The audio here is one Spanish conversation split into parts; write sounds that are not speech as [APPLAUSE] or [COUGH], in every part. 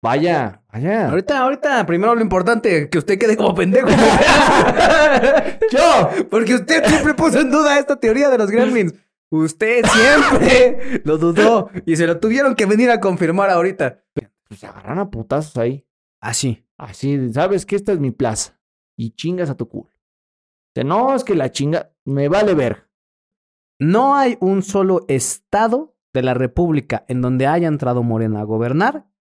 Vaya, vaya. Ahorita, ahorita, primero lo importante, que usted quede como pendejo. ¡Yo! Porque usted siempre puso en duda esta teoría de los gremlins. Usted siempre lo dudó y se lo tuvieron que venir a confirmar ahorita. Ah, Pues se agarran a putazos ahí. Así. Así, sabes que esta es mi plaza. Y chingas a tu culo. Dice, no, es que la chinga. Me vale ver. No hay un solo estado de la República en donde haya entrado Morena a gobernar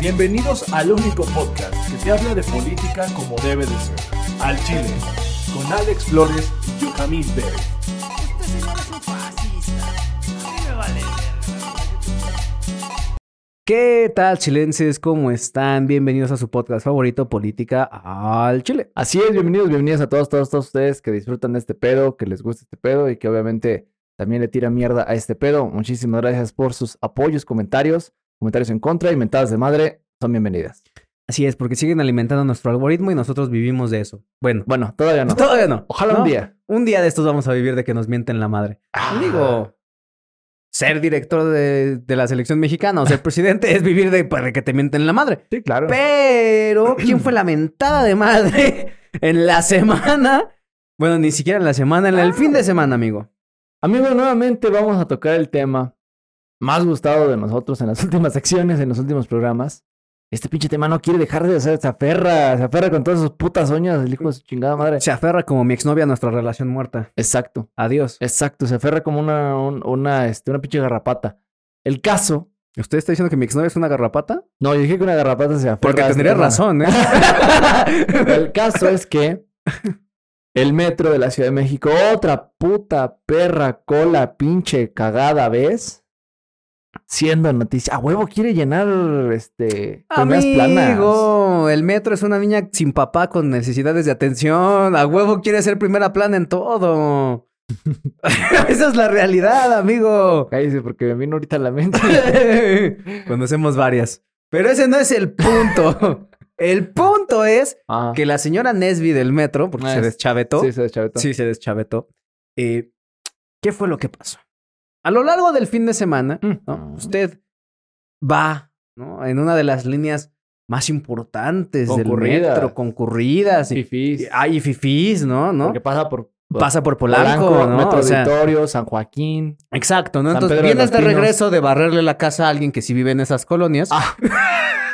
Bienvenidos al único podcast que te habla de política como debe de ser. Al Chile, con Alex Flores y Jamil Pérez. Este señor es un fascista. A mí me vale. ¿Qué tal, chilenses? ¿Cómo están? Bienvenidos a su podcast favorito, Política al Chile. Así es, bienvenidos, bienvenidas a todos, todos, todos ustedes que disfrutan de este pedo, que les gusta este pedo y que obviamente también le tira mierda a este pedo. Muchísimas gracias por sus apoyos, comentarios, comentarios en contra y mentadas de madre. Son bienvenidas. Así es, porque siguen alimentando nuestro algoritmo y nosotros vivimos de eso. Bueno, Bueno, todavía no. todavía no. Ojalá ¿no? un día. Un día de estos vamos a vivir de que nos mienten la madre. Ah. Digo, ser director de, de la selección mexicana o ser presidente [LAUGHS] es vivir de, pues, de que te mienten la madre. Sí, claro. Pero, ¿quién fue la mentada de madre [LAUGHS] en la semana? Bueno, ni siquiera en la semana, en el fin de semana, amigo. Amigo, nuevamente vamos a tocar el tema más gustado de nosotros en las [LAUGHS] últimas secciones, en los últimos programas. Este pinche tema no quiere dejar de hacer, se aferra, se aferra con todas sus putas uñas, el hijo de su chingada madre. Se aferra como mi exnovia a nuestra relación muerta. Exacto, Adiós. exacto, se aferra como una, un- una, este, una pinche garrapata. El caso, ¿Usted está diciendo que mi exnovia es una garrapata? no, yo dije que una garrapata se aferra. Porque a este tendría tema. razón, ¿eh? [LAUGHS] El caso es que el metro de la Ciudad de México, otra puta perra cola pinche cagada vez, siendo noticia, a huevo quiere llenar este primeras planas. Amigo, el metro es una niña sin papá con necesidades de atención. A huevo quiere ser primera plana en todo. [LAUGHS] Esa es la realidad, amigo. [LAUGHS] Cállese porque me vino ahorita a la mente. Conocemos varias. Pero ese no es el punto. El punto es Ah, que la señora Nesby del metro, porque Ah, se es- deschavetó. sí, se deschavetó. Sí, se deschavetó. Eh, ¿Qué fue lo que pasó? A lo largo del fin de semana, Mm. ¿no? usted va ¿no? en una de las líneas más importantes Concurridas. del metro, concurridas. Y, Fifís, hay fifís, ¿no? ¿no? Porque pasa por Pasa por Polanco, Polanco, ¿no? Metro O sea, Auditorio, San [LAUGHS] Joaquín. exacto, ¿no? San Entonces Pedro de vienes los de, Pinos. regreso de barrerle la casa a alguien que sí vive en esas colonias.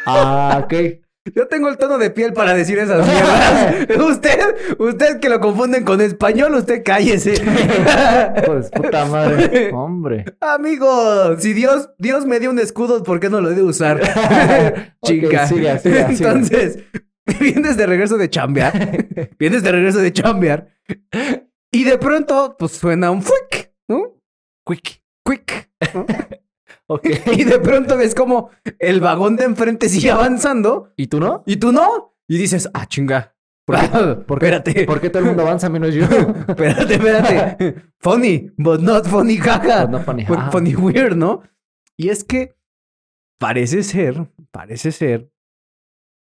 Ah, ok. [LAUGHS] Yo tengo el tono de piel para decir esas [LAUGHS] mierdas. usted, usted que lo confunden con español, usted [LAUGHS] cállese. Pues puta madre. [LAUGHS] Hombre. Amigo, si Dios, Dios me dio un escudo, ¿por qué no lo he de [LAUGHS] usar? Chica. Ok, siga, siga, [LAUGHS] siga. Entonces, vienes de regreso de chambear. [LAUGHS] vienes de regreso de chambear. Y de pronto, pues suena un fuic, ¿no? Quick. Quick. ¿no? [LAUGHS] Ok. [LAUGHS] y de pronto ves como el vagón de enfrente sigue avanzando ¿Y tú no? y tú no. Y dices, ah, chinga. ¿Por qué? [LAUGHS] ¿Por qué? Espérate. ¿Por qué todo el mundo avanza menos [LAUGHS] yo? Pues [LAUGHS] Espérate, espérate. funny, but not funny, jaja. Pues no funny, Fun- ah. funny weird, ¿no? Y es que parece ser, parece ser.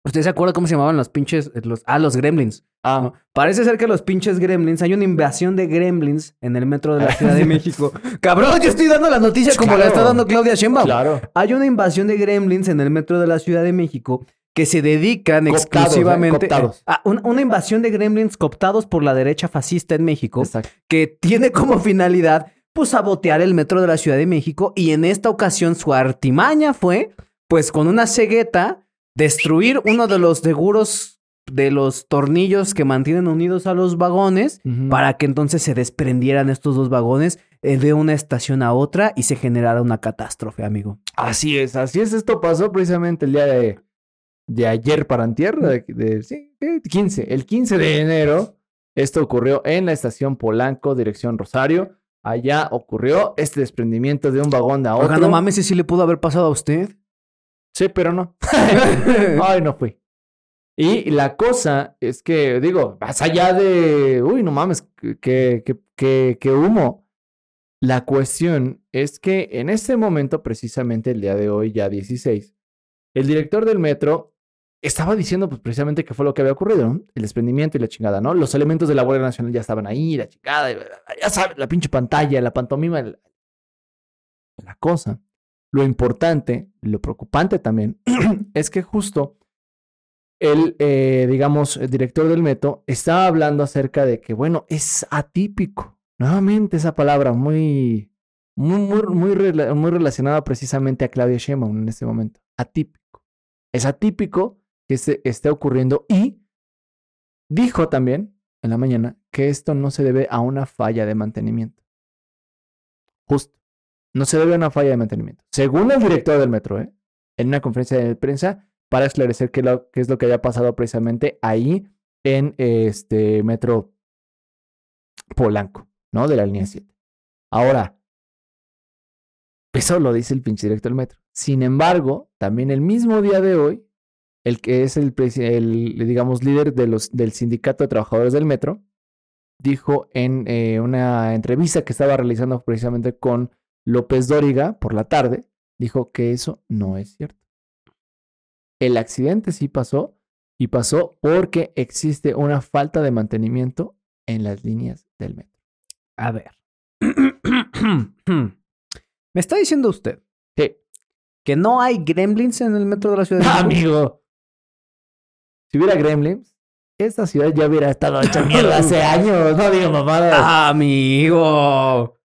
¿Usted se acuerda cómo se llamaban los pinches? Los, ah, los gremlins. Ah, Parece ser que los pinches gremlins, hay una invasión de gremlins en el metro de la [LAUGHS] Ciudad de México. Cabrón, yo estoy dando la noticia como la Claro. está dando Claudia Sheinbaum. claro. Hay una invasión de gremlins en el metro de la Ciudad de México que se dedican Cooptados, exclusivamente ¿eh? Cooptados. a un- una invasión de gremlins cooptados por la derecha fascista en México Exacto. que tiene como finalidad pues sabotear el metro de la Ciudad de México y en esta ocasión su artimaña fue pues con una cegueta destruir uno de los seguros de los tornillos que mantienen unidos a los vagones Para para que entonces se desprendieran estos dos vagones eh, de una estación a otra y se generara una catástrofe, amigo. así es, así es. Esto pasó precisamente el día de, de ayer para antier, de, de- sí, eh, 15, el 15 de enero. Esto ocurrió en la estación Polanco, dirección Rosario. Allá ocurrió este desprendimiento de un vagón de a otro. Oiga, no mames, si le pudo haber pasado a usted. Sí, pero [LAUGHS] no. [LAUGHS] Ay, no fui. Y la cosa es que, digo, más allá de, uy, no mames, que, que, que, que humo. La cuestión es que en ese momento, precisamente el día de hoy, ya 16, el director del metro estaba diciendo, pues precisamente, que fue lo que había ocurrido, ¿no? el desprendimiento y la chingada, ¿no? Los elementos de la Guardia Nacional ya estaban ahí, la chingada, y- ya sabes, la pinche pantalla, la pantomima, el- la cosa. Lo importante, lo preocupante también, es que justo el, eh, digamos, el director del metro estaba hablando acerca de que, bueno, es atípico. Nuevamente esa palabra muy, muy, muy, muy, rela- muy relacionada precisamente a Claudia Sheinbaum en este momento. Atípico. Es atípico que se esté ocurriendo y dijo también en la mañana que esto no se debe a una falla de mantenimiento. Justo. No se debe a una falla de mantenimiento. Según el director del metro, ¿eh? en una conferencia de prensa para esclarecer qué, lo- qué es lo que había pasado precisamente ahí en eh, este metro Polanco, ¿no? De la línea 7. Ahora, eso lo dice el pinche director del metro. Sin embargo, también el mismo día de hoy, el que es el, presi- el, digamos, líder de los, del sindicato de trabajadores del metro, dijo en eh, una entrevista que estaba realizando precisamente con López Dóriga por la tarde, dijo que eso no es cierto. El accidente sí pasó y pasó porque existe una falta de mantenimiento en las líneas del metro. A ver. [CLEARS THROAT] Me está diciendo usted Sí. que no hay gremlins en el metro de la ciudad de México. [LAUGHS] Amigo, si hubiera gremlins, esta ciudad ya hubiera estado hecha [LAUGHS] mierda hace años. No digo mamadas. Amigo.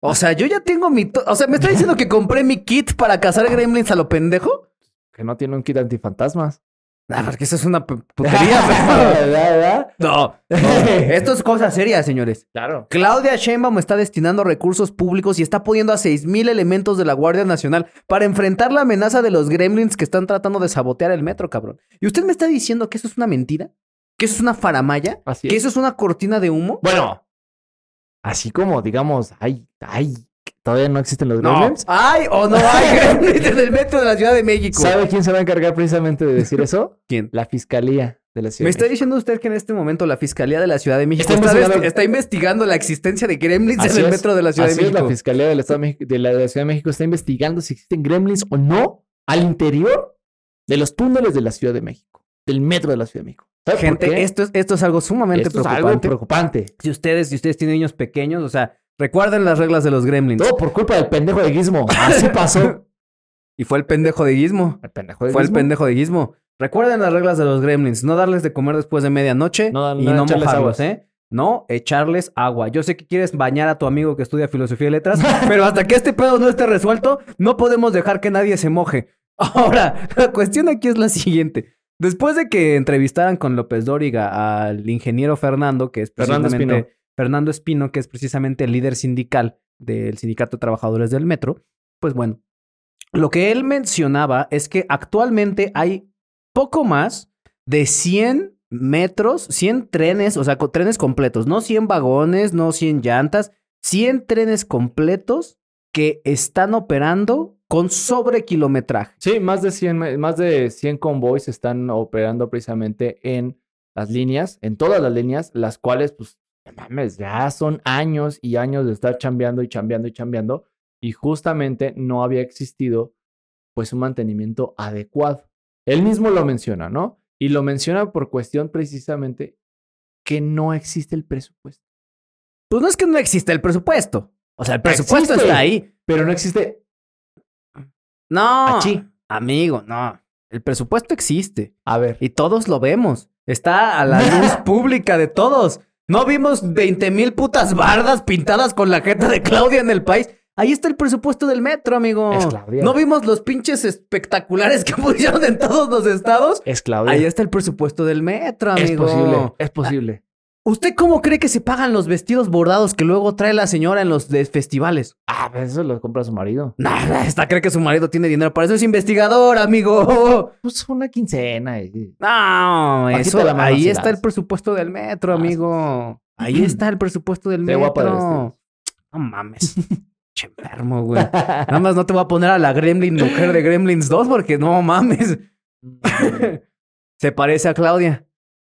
O sea, yo ya tengo mi. to- O sea, ¿me está diciendo que compré mi kit para cazar gremlins a lo pendejo? Que no tiene un kit [LAUGHS] antifantasmas. Ah, porque eso es una p- [LAUGHS] putería, pero- ¿Verdad? No, no. Esto es cosa seria, señores. Claro. Claudia Sheinbaum está destinando recursos públicos y está poniendo a 6.000 elementos de la Guardia Nacional para enfrentar la amenaza de los gremlins que están tratando de sabotear el metro, cabrón. ¿Y usted me está diciendo que eso es una mentira? ¿Que eso es una faramaya? Así ¿Que es. eso es una cortina de humo? Bueno, así como digamos, ay, ay, que todavía no existen los No. gremlins. ¿Hay o [LAUGHS] no hay gremlins en el metro de la Ciudad de México? ¿Sabe quién se va a encargar precisamente de decir eso? [LAUGHS] quién? La fiscalía de la ciudad. Me de está México. diciendo usted que en este momento la Fiscalía de la Ciudad de México Está está, investigando- investi- está investigando la existencia de gremlins Así en el es. metro de la Ciudad Así de es, México. la fiscalía del Estado de, México- de la, de la Ciudad de México está investigando si existen gremlins o no al interior de los túneles de la Ciudad de México, del metro de la Ciudad de México. ¿Sabe por Gente, qué? esto es, esto es algo sumamente Esto es preocupante. algo preocupante. si ustedes, si ustedes tienen niños pequeños, o sea, recuerden las reglas de los gremlins. Todo por culpa del pendejo de Gizmo. Así [LAUGHS] pasó. Y fue el pendejo de Gizmo. El pendejo de Fue el Gizmo. pendejo de Gizmo. Recuerden las reglas de los gremlins. No darles de comer después de medianoche No, no y no echarles mojarlos, aguas. ¿eh? No echarles agua. Yo sé que quieres bañar a tu amigo que estudia filosofía y letras, [LAUGHS] pero hasta que este pedo no esté resuelto, no podemos dejar que nadie se moje. Ahora, la cuestión aquí es la siguiente. Después de que entrevistaran con López Dóriga al ingeniero Fernando, que es Fernando precisamente Fernando Espino, que es precisamente el líder sindical del Sindicato de Trabajadores del Metro, pues bueno, lo que él mencionaba es que actualmente hay poco más de 100 metros, 100 trenes, o sea, co- trenes completos, no 100 vagones, no 100 llantas, 100 trenes completos que están operando con sobrekilometraje. Sí, más de 100, me- más de 100 convoys están operando precisamente en las líneas, en todas las líneas, las cuales, pues, no mames, ya son años y años de estar chambeando y chambeando y chambeando, y justamente no había existido, pues, un mantenimiento adecuado. Él mismo lo menciona, ¿no? Y lo menciona por cuestión precisamente que no existe el presupuesto. Pues no es que no exista el presupuesto. O sea, el presupuesto Existe. está ahí. Pero no existe. No. Achí. Amigo, no. El presupuesto existe. A ver. Y todos lo vemos. Está a la [LAUGHS] luz pública de todos. No vimos 20 mil putas bardas pintadas con la jeta de Claudia en el país. Ahí está el presupuesto del metro, amigo. Es Claudia. No vimos los pinches espectaculares que [LAUGHS] pusieron en todos los estados. Es Claudia. Ahí está el presupuesto del metro, es amigo. [LAUGHS] posible. Es posible. ¿Usted cómo cree que se pagan los vestidos bordados que luego trae la señora en los de- festivales? Ah, pues eso lo compra su marido. Nah, esta cree que su marido tiene dinero. Para eso es investigador, amigo. [LAUGHS] Pues una quincena. y- No, Aquí eso, te la mamas y ahí das. está el presupuesto del metro, Ah, amigo. Ahí está el presupuesto [CLEARS THROAT] del Qué metro. guapa de vestidos. [LAUGHS] No mames. Che enfermo, güey. Nada más no te voy a poner a la Gremlin mujer de Gremlins 2 porque no mames. [LAUGHS] Se parece a Claudia.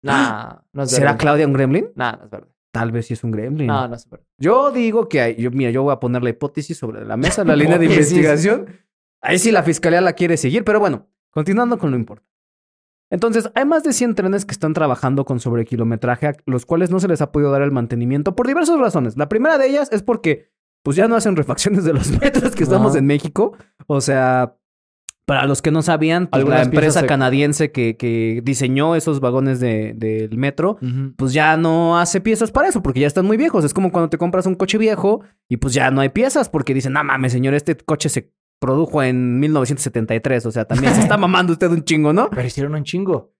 Nah, no es ¿Será verde. Claudia un Gremlin? Nah, no es verde. Tal vez sí es un Gremlin. No, no es verde. Yo digo que hay, yo, mira, yo voy a poner la hipótesis sobre la mesa, la línea [LAUGHS] de Hipótesis. investigación. Ahí sí la fiscalía la quiere seguir, pero bueno, continuando con lo importante. Entonces, hay más de 100 trenes que están trabajando con sobrekilometraje, a los cuales no se les ha podido dar el mantenimiento por diversas razones. La primera de ellas es porque, pues ya no hacen refacciones de los [LAUGHS] metros que estamos Ajá. en México. O sea, para los que no sabían, pues, la Algunas piezas empresa se- canadiense que, que diseñó esos vagones de- del metro pues ya no hace piezas para eso, porque ya están muy viejos. Es como cuando te compras un coche viejo y pues ya no hay piezas, porque dicen, no mames, señor, este coche se produjo en 1973. O sea, también [LAUGHS] se está mamando usted un chingo, ¿no? Pero hicieron un chingo.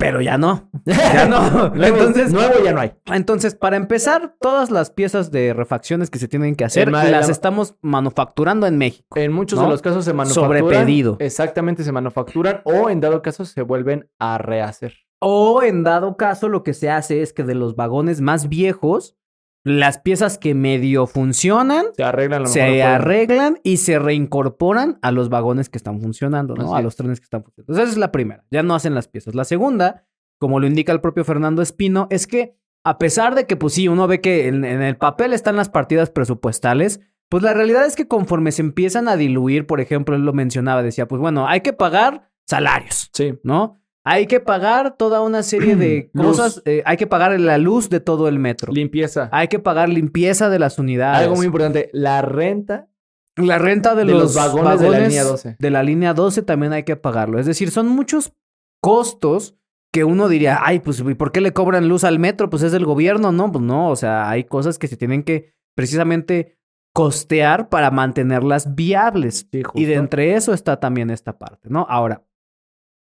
Pero ya no. [LAUGHS] Ya no. [LAUGHS] Luego- entonces, nuevo ya no hay. entonces, para empezar, todas las piezas de refacciones que se tienen que hacer El ma- las la- estamos manufacturando en México. En muchos ¿No? de los casos se manufacturan. Sobrepedido. Exactamente, se manufacturan o en dado caso se vuelven a rehacer. O en dado caso, lo que se hace es que de los vagones más viejos, las piezas que medio funcionan Se arreglan a lo mejor. se pueden- arreglan y se reincorporan a los vagones que están funcionando, ¿no? Así a es. los trenes que están funcionando. Entonces, esa es la primera. Ya no hacen las piezas. La segunda, como lo indica el propio Fernando Espino, es que a pesar de que, pues sí, uno ve que en, en el papel están las partidas presupuestales, pues la realidad es que conforme se empiezan a diluir, por ejemplo, él lo mencionaba, decía, pues bueno, hay que pagar salarios, Sí. ¿no? Hay que pagar toda una serie de [CLEARS THROAT] Luz. cosas, eh, hay que pagar la luz de todo el metro. Limpieza. hay que pagar limpieza de las unidades. Algo muy importante. La renta. La renta de, De los, los vagones de la línea 12. de la línea 12 también hay que pagarlo. Es decir, son muchos costos que uno diría, ay, pues, ¿y por qué le cobran luz al metro? Pues es del gobierno, ¿no? Pues no, o sea, hay cosas que se tienen que precisamente costear para mantenerlas viables. Sí, Y de justo. entre eso está también esta parte, ¿no? Ahora,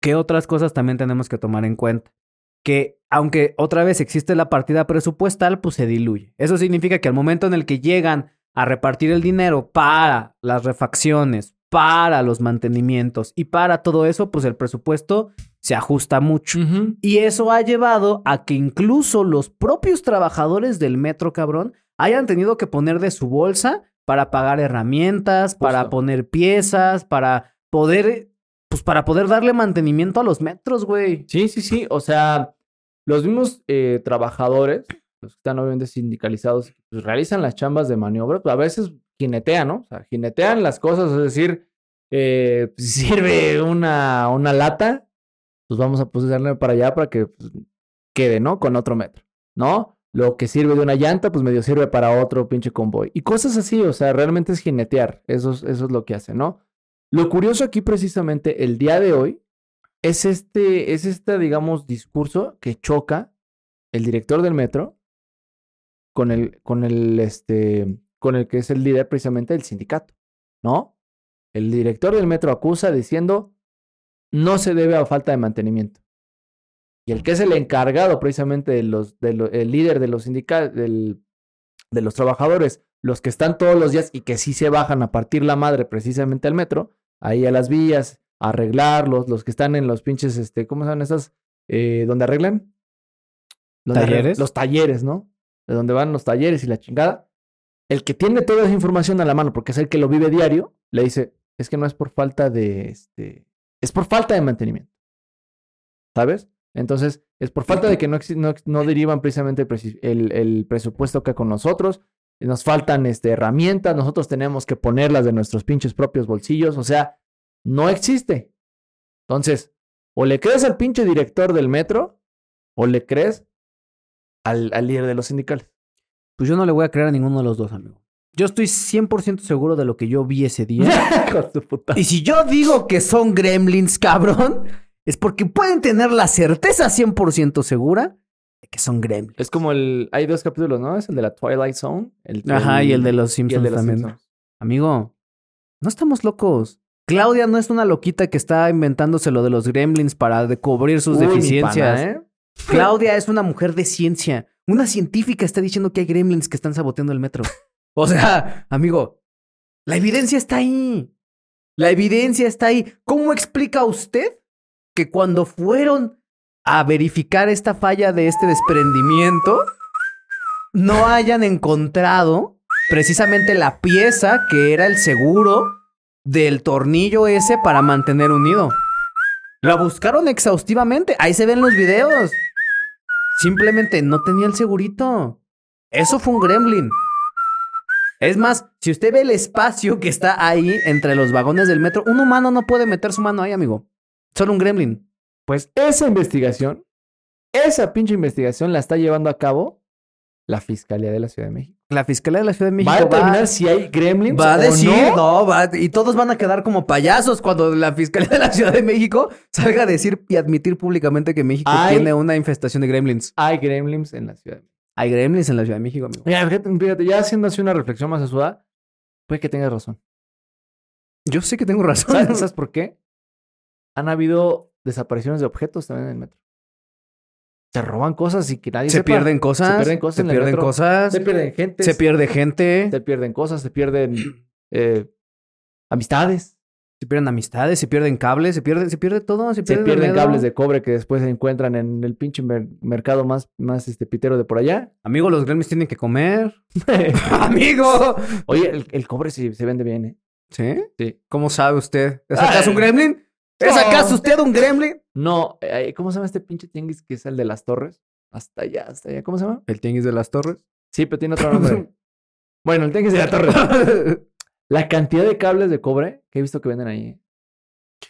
¿qué otras cosas también tenemos que tomar en cuenta? Que aunque otra vez existe la partida presupuestal, pues se diluye. Eso significa que al momento en el que llegan a repartir el dinero para las refacciones, para los mantenimientos y para todo eso, pues el presupuesto se ajusta mucho. Ujú. Y eso ha llevado a que incluso los propios trabajadores del metro, cabrón, hayan tenido que poner de su bolsa para pagar herramientas, para Justo. poner piezas, para poder, pues para poder darle mantenimiento a los metros, güey. Sí, sí, sí. O sea, los mismos eh, trabajadores, los que están obviamente sindicalizados, pues realizan las chambas de maniobra, pues, a veces jinetean, ¿no? O sea, jinetean las cosas, es decir, eh, pues, [LAUGHS] si sirve una, una lata, pues vamos a posicionarle para allá para que pues, quede, ¿no? Con otro metro, ¿no? Lo que sirve de una llanta, pues medio sirve para otro pinche convoy. Y cosas así, o sea, realmente es jinetear. Eso es, eso es lo que hace, ¿no? Lo curioso aquí precisamente el día de hoy es este, es este, digamos, discurso que choca el director del metro con el, con el, este, con el que es el líder precisamente del sindicato, ¿no? El director del metro acusa diciendo no se debe a falta de mantenimiento. Y el que es el encargado precisamente de los, de lo- el líder de los sindicatos, de los trabajadores, los que están todos los días y que sí se bajan a partir la madre precisamente al metro, ahí a las vías, a arreglarlos, los que están en los pinches, este, ¿cómo se llaman esas? Eh, ¿Dónde arreglan? Donde arre- ¿Talleres? Los talleres, ¿no? De donde van los talleres y la chingada. El que tiene toda esa información a la mano, porque es el que lo vive diario, le dice, es que no es por falta de, este, es por falta de mantenimiento. ¿Sabes? Entonces, es por falta de que no, exi- no, ex- no derivan precisamente el, preci- el- el presupuesto que con nosotros. Nos faltan este, herramientas, nosotros tenemos que ponerlas de nuestros pinches propios bolsillos. O sea, no existe. Entonces, o le crees al pinche director del metro, o le crees al, al líder de los [LAUGHS] sindicales. Pues yo no le voy a creer a ninguno de los dos, amigo. Yo estoy 100% seguro de lo que yo vi ese día. Con su puta. [LAUGHS] y si yo digo que son gremlins, cabrón, es porque pueden tener la certeza 100% segura de que son gremlins. Es como el. Hay dos capítulos, ¿no? Es el de la Twilight Zone. El, Ajá, y el de los y Simpsons el de los también. Simpsons. Amigo, no estamos locos. Claudia no es una loquita que está inventándose lo de los gremlins para de- cubrir sus Uy, mi deficiencias. pana, ¿eh? Claudia es una mujer de ciencia. Una científica está diciendo que hay gremlins que están saboteando el metro. O sea, amigo, la evidencia está ahí. La evidencia está ahí. ¿Cómo explica usted que cuando fueron a verificar esta falla de este desprendimiento, no hayan encontrado precisamente la pieza que era el seguro del tornillo ese para mantener unido. La buscaron exhaustivamente, ahí se ven los videos. Simplemente no tenía el segurito. Eso fue un gremlin. Es más, si usted ve el espacio que está ahí entre los vagones del metro, un humano no puede meter su mano ahí, amigo. Solo un gremlin. Pues esa investigación, esa pinche investigación la está llevando a cabo la Fiscalía de la Ciudad de México. La Fiscalía de la Ciudad de México va a determinar va- si hay gremlins Va a o decir, no. no, va- y todos van a quedar como payasos cuando la Fiscalía de la Ciudad de México salga a decir y admitir públicamente que México Ay. tiene una infestación de gremlins. Hay gremlins en la Ciudad de México. Hay gremlins en la Ciudad de México, amigo. Mira, fíjate, fíjate, ya haciendo así una reflexión más asuda, puede que tengas [LAUGHS] razón. Yo sé que tengo razón. ¿Sabes, sabes por qué? Han habido desapariciones de objetos también en el metro. Se roban cosas y que nadie [LAUGHS] se sepa. pierden cosas. Se pierden cosas Se en el pierden metro. cosas. Se pierden gente. Se pierde gente. se pierden cosas, se pierden eh, amistades, Se pierden amistades, se pierden cables, se pierde, se pierde todo, se se pierde pierden dinero. cables de cobre que después se encuentran en el pinche mer- mercado más, más este pitero de por [LAUGHS] allá. Amigo, los gremlins tienen que comer. [LAUGHS] Amigo. Oye, el, el cobre sí se vende bien, ¿eh? ¿Sí? Sí. ¿Cómo sabe usted? ¿Es acaso un gremlin? ¿Es No. acaso usted un gremlin? No, eh, ¿cómo se llama este pinche tianguis que es el de las torres? Hasta allá, hasta allá. ¿Cómo se llama? El tianguis de las [LAUGHS] torres. Sí, pero tiene otro nombre. [LAUGHS] bueno, el tianguis de la torre. [LAUGHS] La cantidad de cables de cobre que he visto que venden ahí. ¿eh?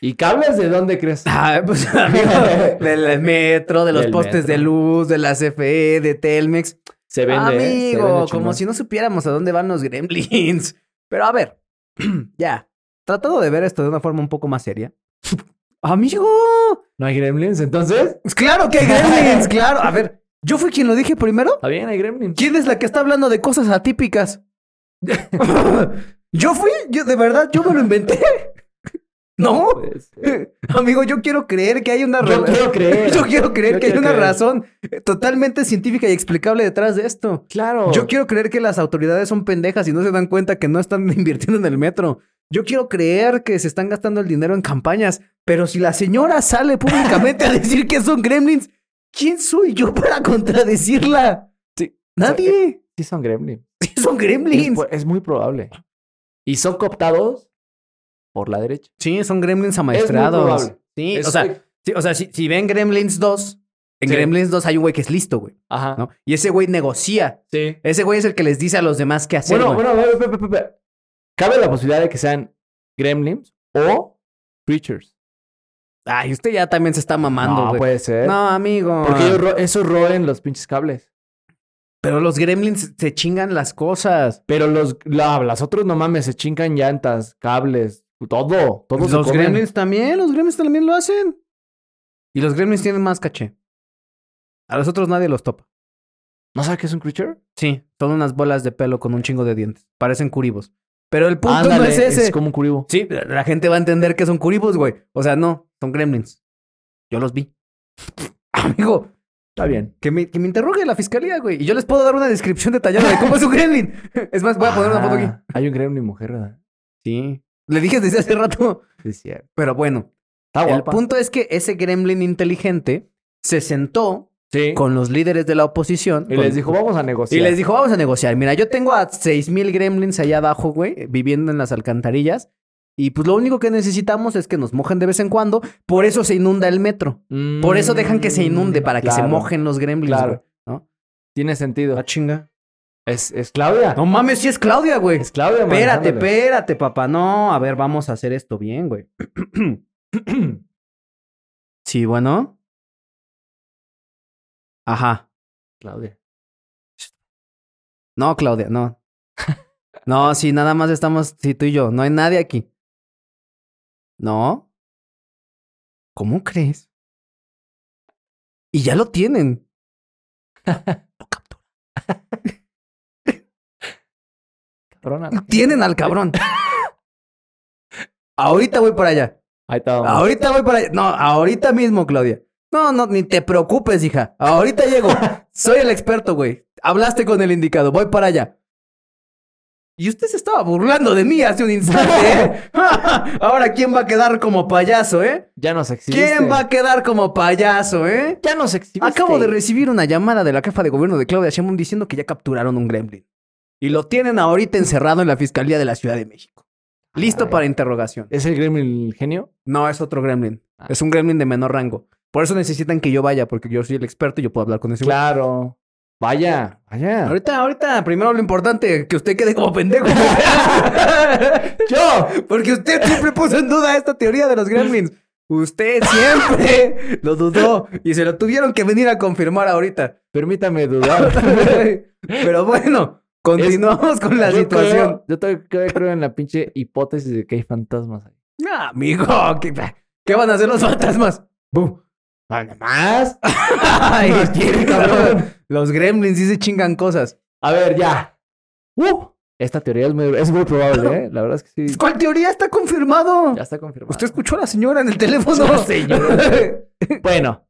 ¿Y cables de dónde crees? Ah, pues, [LAUGHS] [LAUGHS] amigo, del metro, de los Del postes metro. de luz, de la CFE, de Telmex. Se vende. ¿eh? Se amigo, vende como chingón. si no supiéramos a dónde van los gremlins. [LAUGHS] Pero a ver, [CLEARS THROAT] ya, tratando de ver esto de una forma un poco más seria. [LAUGHS] Amigo, ¿No hay gremlins entonces? pues claro que [LAUGHS] hay gremlins, claro. A ver, yo fui quien lo dije primero. Está bien, hay gremlins. ¿Quién es la que está hablando de cosas atípicas? [LAUGHS] yo fui, yo de verdad, yo me lo inventé. [LAUGHS] No, Pues, [LAUGHS] Amigo, yo quiero creer que hay una Yo ra- quiero creer. Yo quiero creer Yo que hay quiero una creer. razón eh, totalmente científica y explicable detrás de esto. claro. Yo quiero creer que las autoridades son pendejas y no se dan cuenta que no están [LAUGHS] invirtiendo en el metro. Yo quiero creer que se están gastando el dinero en campañas, pero si la señora sale públicamente a [LAUGHS] decir que son gremlins, ¿quién soy yo para contradecirla? Sí. Nadie. Sí son gremlins. Son Es, gremlins. po- es muy probable. Y son cooptados por la derecha. Sí, son gremlins amaestrados. probable. sí, Es- o sea, sí, o sea, si, si ven Gremlins 2, en Sí. Ah. Gremlins 2 hay un güey que es listo, güey. Ajá. ¿no? Y ese güey negocia. Sí. Ese güey es el que les dice a los demás qué hacer. Bueno, güey. bueno, ve, ve, ve, ve, ve. cabe la posibilidad de que sean gremlins o creatures. Ay, usted ya también se está mamando, no güey. puede ser. No, amigo. Porque ellos ro- esos roen los pinches cables. Pero los gremlins se chingan las cosas. Pero los la- las otros no mames, se chingan llantas, cables, todo. Todo se Los comen. gremlins también, los gremlins también lo hacen. Y los gremlins tienen más caché. A los otros nadie los topa. ¿No sabes qué es un creature? Sí, son unas bolas de pelo con un chingo de dientes. Parecen curibos. Pero el punto no Ándale, es ese. Es como un curibo. Sí, la gente va a entender que son curibos, güey. O sea, no, son gremlins. Yo los vi. [LAUGHS] Amigo, Está bien. Que me, que me interrogue la fiscalía, güey. Y yo les puedo dar una descripción detallada de cómo es un gremlin. [LAUGHS] Es más, voy a poner una foto aquí. Ah, Hay un gremlin mujer, ¿verdad? Sí. Le dije desde hace rato. Sí, es cierto. Pero bueno, Está el guapa. punto es que ese gremlin inteligente se sentó Sí. con los líderes de la oposición. Y con- les dijo, vamos a negociar. Y les dijo, vamos a negociar. Mira, yo tengo a 6.000 gremlins allá abajo, güey, viviendo en las alcantarillas. Y pues lo único que necesitamos es que nos mojen de vez en cuando. Por eso se inunda el metro. Mm, Por eso dejan que se inunde, para que se claro, mojen los gremlins, Claro. Ah, güey. ¿No? Tiene sentido. chinga. Es, es Claudia. No mames, sí es Claudia, güey. Es Claudia, man, Espérate, ándale. espérate, papá. No, a ver, vamos a hacer esto bien, güey. [CLEARS THROAT] sí, bueno. Ajá. Claudia. No, Claudia, no. No, sí, nada más estamos, sí, tú y yo. No hay nadie aquí. No. ¿Cómo crees? Y ya lo tienen. Cabrona. Tienen al cabrón. Ahorita voy para allá. Ahí está. vamos. Ahorita voy para allá. No, ahorita mismo, Claudia. No, no, ni te preocupes, hija. Ahorita [LAUGHS] llego. Soy el experto, güey. Hablaste con el indicado. Voy para allá. Y usted se estaba burlando de mí hace un instante, ¿eh? [LAUGHS] Ahora, ¿quién va a quedar como payaso, eh? Ya nos exhibiste. ¿Quién va a quedar como payaso, eh? Ya nos exhibiste. Acabo de recibir una llamada de la jefa de gobierno de Claudia Sheinbaum diciendo que ya capturaron un gremlin. Y lo tienen ahorita encerrado en la Fiscalía de la Ciudad de México. Listo Ay. para interrogación. ¿Es el gremlin el genio? No, es otro gremlin. Ah. Es un gremlin de menor rango. Por eso necesitan que yo vaya, porque yo soy el experto y yo puedo hablar con ese güey. Claro. Vaya, vaya. Ahorita, ahorita, primero lo importante, que usted quede como [LAUGHS] pendejo. ¡Yo! Porque usted siempre puso en duda esta teoría de los gremlins. Usted siempre lo dudó y se lo tuvieron que venir a [LAUGHS] confirmar ahorita. Permítame dudar. Pero bueno, continuamos con [LAUGHS] la Yo situación. creo- yo todavía creo, creo en la pinche hipótesis de que hay fantasmas ahí. Ah, amigo, ¿qué, qué van a hacer los fantasmas? ¡Bum! ¿Nada más? [LAUGHS] Ay, No, tiene, [LAUGHS] cabrón. Los gremlins sí se chingan cosas. A ver, ya. ¡Uh! Esta teoría es muy, es muy probable, ¿eh? La verdad es que sí. ¿Cuál teoría está confirmado? Ya está confirmado. Usted escuchó a la señora en el teléfono. [LAUGHS] La Bueno,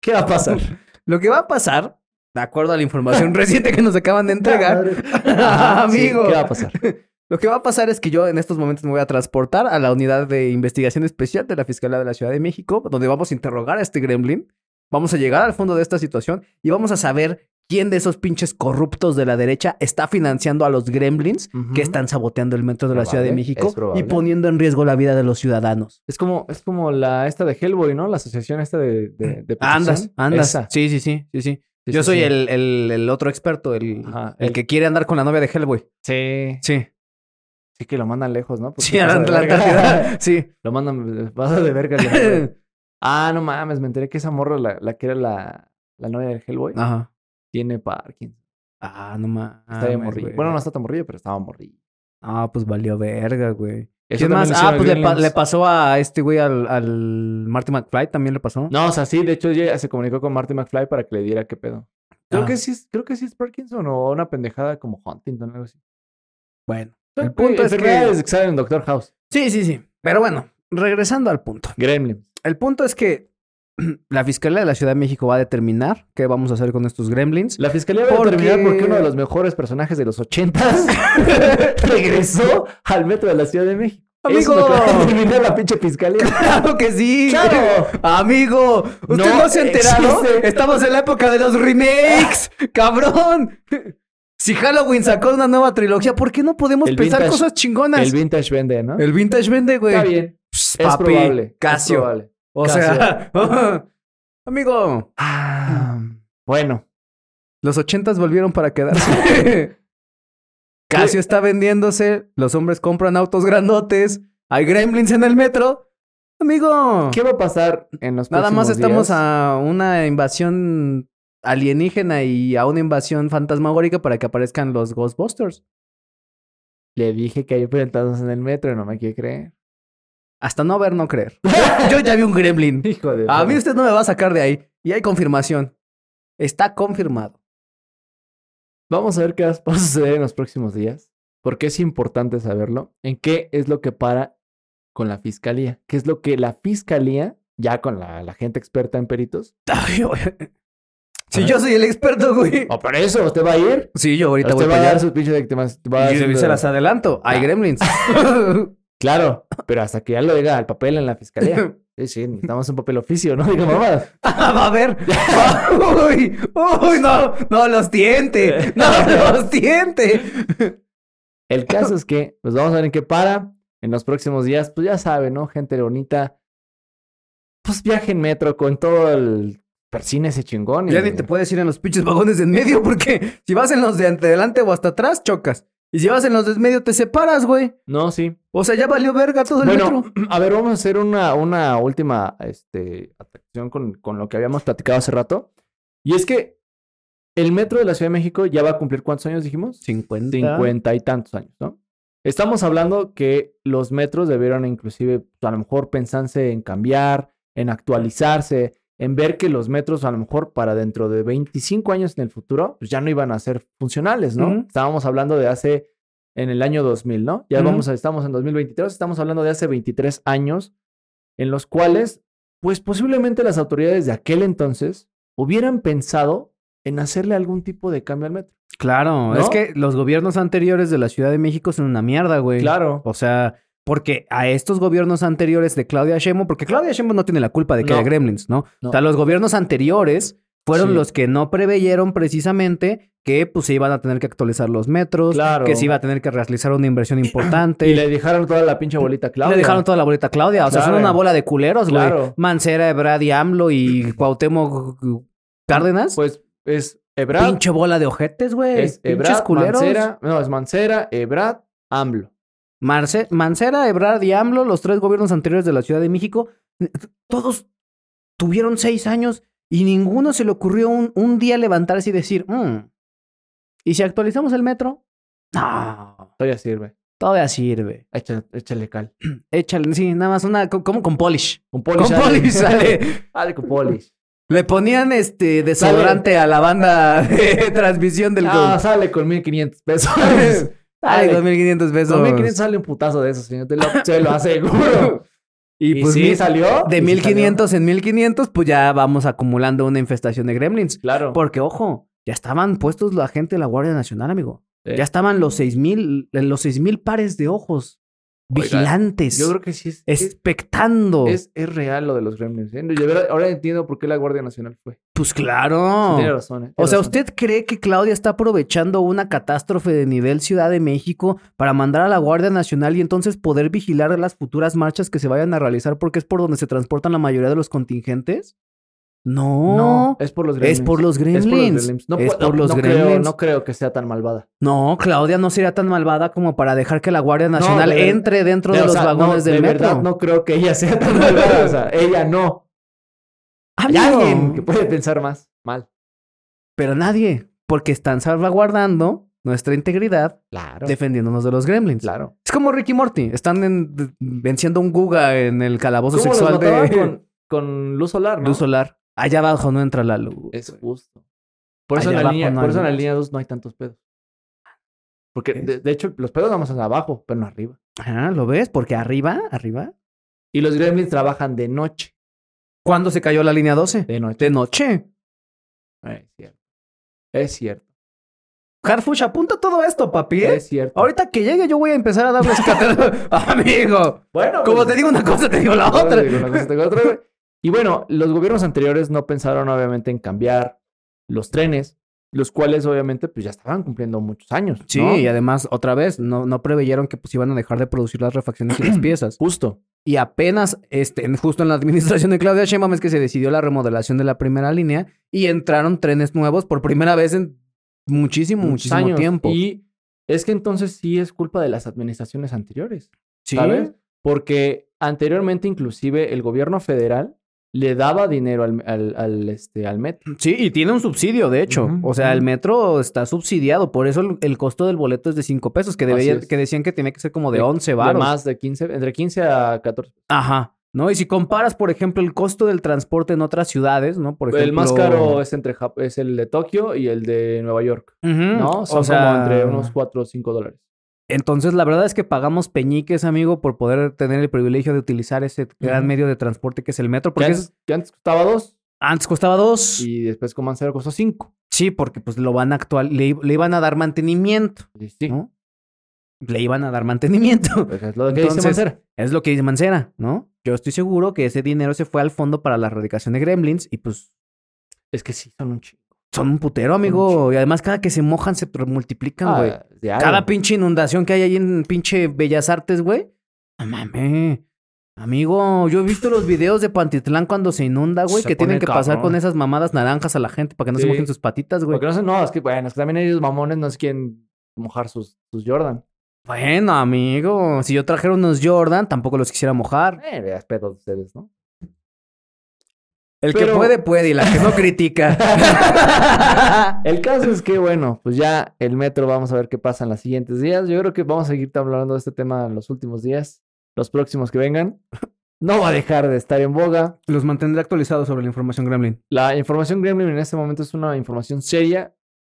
¿qué va a pasar? [LAUGHS] Lo que va a pasar, de acuerdo a la información [LAUGHS] reciente que nos acaban de entregar, Ajá, sí, amigo. ¿Qué va a pasar? Lo que va a pasar es que yo en estos momentos me voy a transportar a la unidad de investigación especial de la Fiscalía de la Ciudad de México, donde vamos a interrogar a este gremlin. Vamos a llegar al fondo de esta situación y vamos a saber quién de esos pinches corruptos de la derecha está financiando a los gremlins Ujú. que están saboteando el metro de la Probable, Ciudad de es México probable. y poniendo en riesgo la vida de los ciudadanos. Es como, es como la esta de Hellboy, ¿no? La asociación esta de, de, de Andas, protección. andas. Esa. Sí, sí, sí, sí, sí. Sí, Yo sí, soy sí. El, el- el otro experto, el, Ajá, el el- que quiere andar con la novia de Hellboy. Sí. Sí. Sí que lo mandan lejos, ¿no? Porque Sí, a pasa la de verga. Antártida. [LAUGHS] Sí. [LAUGHS] Lo mandan, pasa de verga. el [LAUGHS] Hellboy. ah, no mames, me enteré que esa morra, la, la que era la, la novia del Hellboy, Ajá. tiene Parkinson. Ah, no mames. Está bien morrillo. Bueno, no está tan morrillo, pero estaba morrillo. Ah, pues valió verga, güey. Eso ¿Quién también más? lo Ah, hicieron pues le, en pa- Gremlins. le pasó a este güey al, al Marty McFly, también le pasó. No, o sea, sí, de hecho ella se comunicó con Marty McFly para que le diera qué pedo. Creo Ah. que sí, es- creo que sí es Parkinson o una pendejada como Huntington o algo así. Bueno, el punto es Enfermedades que. que salen en Doctor House. Sí, sí, sí. Pero bueno, regresando al punto. Gremlins. El punto es que [CLEARS THROAT] la Fiscalía de la Ciudad de México va a determinar qué vamos a hacer con estos gremlins. La fiscalía va a Porque- determinar por qué uno de los mejores personajes de los ochentas [LAUGHS] regresó al metro de la Ciudad de México. Eso es lo Amigo. que va a determinar la pinche [LAUGHS] fiscalía. ¡Claro que sí! ¡Claro! [LAUGHS] Amigo, ¿usted no, No se ha enterado? existe. Estamos en la época de los [LAUGHS] remakes, cabrón. Si Halloween sacó una nueva trilogía, ¿por qué no podemos El pensar vintage- cosas chingonas? El vintage vende, ¿no? El vintage vende, Eh, güey. Está bien. Pss, Es papi, probable. Casio. Es probable. O sea, [LAUGHS] amigo, Ah, [LAUGHS] bueno. los ochentas volvieron [LAUGHS] para quedarse. Casio está vendiéndose, los hombres compran autos grandotes, hay gremlins en el metro. Amigo, ¿Qué va a pasar en los nada próximos más estamos días? a una invasión alienígena y a una invasión fantasmagórica para que aparezcan los Ghostbusters. Le dije que hay enfrentados en el metro y no me quiere creer. [LAUGHS] Hasta no ver, no creer. Yo ya vi un gremlin. Hijo de... A mí usted no me va a sacar de ahí. Y hay confirmación. [LAUGHS] Está confirmado. Vamos a ver qué va a [LAUGHS] suceder en los próximos días. Porque es importante saberlo. En qué es lo que para con la fiscalía. ¿Qué es lo que la fiscalía, ya con la, la gente experta en peritos? Si yo soy el experto, güey. O por "Oh, eso, usted va a ir. Sí, yo ahorita voy usted va para a dar allá. sus pinches víctimas. va Y haciendo- se las adelanto. Hay Ya. [LAUGHS] gremlins. [LAUGHS] Claro, pero hasta que ya lo diga al papel en la [LAUGHS] fiscalía. Sí, sí, necesitamos un papel oficio, ¿no? [LAUGHS] Diga mamadas. Va [LAUGHS] a ver. [LAUGHS] Uy, uy, no, no los tiente. No [LAUGHS] los tiente. [LAUGHS] El caso es que, pues vamos a ver en qué para en los próximos días. Pues ya saben, ¿no? Gente bonita. Pues viaje en metro con todo el persine ese chingón. y- Ya ni te puedes ir en los pinches vagones de en medio porque si vas en los de ante adelante o hasta atrás, chocas. Y si vas en los de en medio, te separas, güey. No, sí. O sea, ya valió verga todo el Bueno, metro. [CLEARS THROAT] a ver, vamos a hacer una, una última este, atracción con, con lo que habíamos platicado hace rato. Y es que el metro de la Ciudad de México ya va a cumplir cuántos años dijimos? 50. cincuenta y tantos años, ¿no? Estamos hablando que los metros debieron inclusive pues, a lo mejor pensarse en cambiar, en actualizarse, en ver que los metros a lo mejor para dentro de 25 años en el futuro pues ya no iban a ser funcionales, ¿no? Ujú. Estábamos hablando de hace en el año 2000, ¿no? Ya Ujú. vamos a, estamos en 2023, estamos hablando de hace 23 años en los cuales pues posiblemente las autoridades de aquel entonces hubieran pensado en hacerle algún tipo de cambio al metro. ¿No? Claro, es que los gobiernos anteriores de la Ciudad de México son una mierda, güey. Claro. O sea, porque a estos gobiernos anteriores de Claudia Sheinbaum, porque Claudia Sheinbaum no tiene la culpa de que No. haya gremlins, ¿no? No. O sea, los gobiernos anteriores fueron Sí. los que no preveyeron precisamente que pues se iban a tener que actualizar los metros, Claro. que se iba a tener que realizar una inversión [CLEARS THROAT] importante. Y le dejaron toda la pinche bolita a Claudia. Le dejaron toda la bolita a Claudia. O sea, son Claro. una bola de culeros, güey. Claro. Mancera, Ebrad y AMLO y Cuauhtémoc Cárdenas. Pues es Ebrad. Pinche bola de ojetes, güey. es Pinches Ebrad, culeros. Mancera. No, es Mancera, Ebrad, AMLO. Marce- Mancera, Ebrard y AMLO, los tres gobiernos anteriores de la Ciudad de México, n- todos tuvieron seis años y ninguno se le ocurrió un, un día levantarse y decir, "Mm, ¿y si actualizamos el metro? No, Todavía sirve. todavía sirve. Échale, échale cal. Échale, sí, nada más una, co- como con polish. Con Con polish. [LAUGHS] polish sale. Dale con polish. Le ponían este desodorante a la banda [LAUGHS] de transmisión del Ah, gol. sale con 1500 pesos. [LAUGHS] Ay, dale. 2.500 pesos. Con 1500 sale un putazo de esos, señor. Te lo, se lo aseguro. [LAUGHS] Y, Y, pues sí, mil- salió. de y sí 1500 en 1500, pues ya vamos acumulando una infestación de gremlins. salió. Claro. Porque, ojo, ya estaban puestos la gente de la Guardia Nacional, amigo. Sí. Ya estaban los 6000, los 6000 pares de ojos Oiga, vigilantes, Yo creo que sí es, es, expectando. es- es real lo de los gremlins. ¿eh? Yo de verdad- ahora entiendo por qué la Guardia Nacional fue. Pues Sí, claro. tiene razón. ¿eh? o Tiene sea, razón. ¿usted cree que Claudia está aprovechando una catástrofe de nivel Ciudad de México para mandar a la Guardia Nacional y entonces poder vigilar las futuras marchas que se vayan a realizar porque es por donde se transportan la mayoría de los contingentes? No. No, es por los gremlins. Es por los gremlins. Es por los gremlins. No, Es puedo- por los no Creo, gremlins. no creo que sea tan malvada. No, Claudia no sería tan malvada como para dejar que la Guardia Nacional de ver- entre dentro de, O los sea, vagones no, del de metro. verdad no creo que ella sea tan [LAUGHS] malvada. O sea, ella no. Hay Amigo, alguien que puede pensar más mal. Pero nadie, porque están salvaguardando nuestra integridad Claro. defendiéndonos de los gremlins. Claro. Es como Ricky Morty, están en- de- venciendo un Guga en el calabozo ¿Cómo los sexual mataban [LAUGHS] de con, con luz solar, no? Luz Solar. Allá abajo no entra la luz. Es justo. Eh, Por eso, en Allá la, abajo línea, no por hay eso en la luz. línea 2 no hay tantos pedos. Porque, ¿Ves? de, de hecho, los pedos vamos hacia abajo, pero no arriba. Ah, ¿Lo ves? Porque arriba, arriba. Y los gremlins trabajan de noche. ¿Cuándo se cayó la línea 12? De noche. De noche. Ah, Es cierto. Es cierto. Harfush, apunta todo esto, papi. ¿eh? Es cierto. Ahorita que llegue yo voy a empezar a darles cátedra. [LAUGHS] Amigo. bueno, Como pues, te digo una cosa, te digo la ahora otra. te digo una cosa, te digo otra, güey. Y bueno, los gobiernos anteriores no pensaron obviamente en cambiar los trenes, los cuales obviamente pues ya estaban cumpliendo muchos años. Sí, ¿no? y además, otra vez, no, no preveyeron que pues iban a dejar de producir las refacciones [CLEARS THROAT] y las piezas. Justo. Y apenas, este, en- justo en la administración de Claudia Sheinbaum es que se decidió la remodelación de la primera línea y entraron trenes nuevos por primera vez en muchísimo, muchos muchísimo años. tiempo. Y es que entonces sí es culpa de las administraciones anteriores. sí, ¿sabes? Porque anteriormente inclusive el gobierno federal le daba dinero al, al, al, este, al metro. sí, y tiene un subsidio, de hecho. Ujú, o sea, el ujú. metro está subsidiado, por eso el, el costo del boleto es de 5 pesos, que, debería, Así es. que decían que tenía que ser como de De- 11 De varos. más de 15, entre 15 a 14. Ajá. ¿No? Y si comparas, por ejemplo, el costo del transporte en otras ciudades, ¿no? Por ejemplo, Pues, el más caro es, entre, Jap- es el de Tokio y el de Nueva York. Ujú. ¿No? Son o sea, como entre unos 4 o 5 dólares. Entonces, la verdad es que pagamos peñiques, amigo, por poder tener el privilegio de utilizar ese gran Ujú. medio de transporte que es el metro. Que Porque antes, es- que antes costaba 2 antes costaba dos. y después con Mancera costó 5. Sí, porque pues lo van a actual... Le, le iban a dar mantenimiento, Sí. ¿no? Le iban a dar mantenimiento. [LAUGHS] Pues es lo que dice Entonces- Mancera. es lo que dice Mancera, ¿no? Yo estoy seguro que ese dinero se fue al fondo para la erradicación de gremlins y pues Es que sí, son un chingo. son un putero, amigo. Y además cada que se mojan se multiplican, güey. Ah, diario. Cada pinche inundación que hay ahí en pinche Bellas Artes, güey. No mames. Amigo, yo he visto los videos de Pantitlán cuando se inunda, güey, Se que tienen pone que pasar cabrón. con esas mamadas naranjas a la gente para que no se Sí. mojen sus patitas, güey. Porque no sé, no, es que bueno, es que también ellos mamones no es quien mojar sus, sus Jordan. Bueno, amigo, si yo trajera unos Jordan, tampoco los quisiera mojar. Eh, veas pedo de ustedes, ¿no? El que Pero- puede, puede, y la que no critica. [LAUGHS] El caso es que, bueno, pues ya el metro vamos a ver qué pasa en los siguientes días. Yo creo que vamos a seguir hablando de este tema en los últimos días, los próximos que vengan. [LAUGHS] No va a dejar de estar en boga. los mantendré actualizados sobre la información Gremlin. La información Gremlin en este momento es una información seria.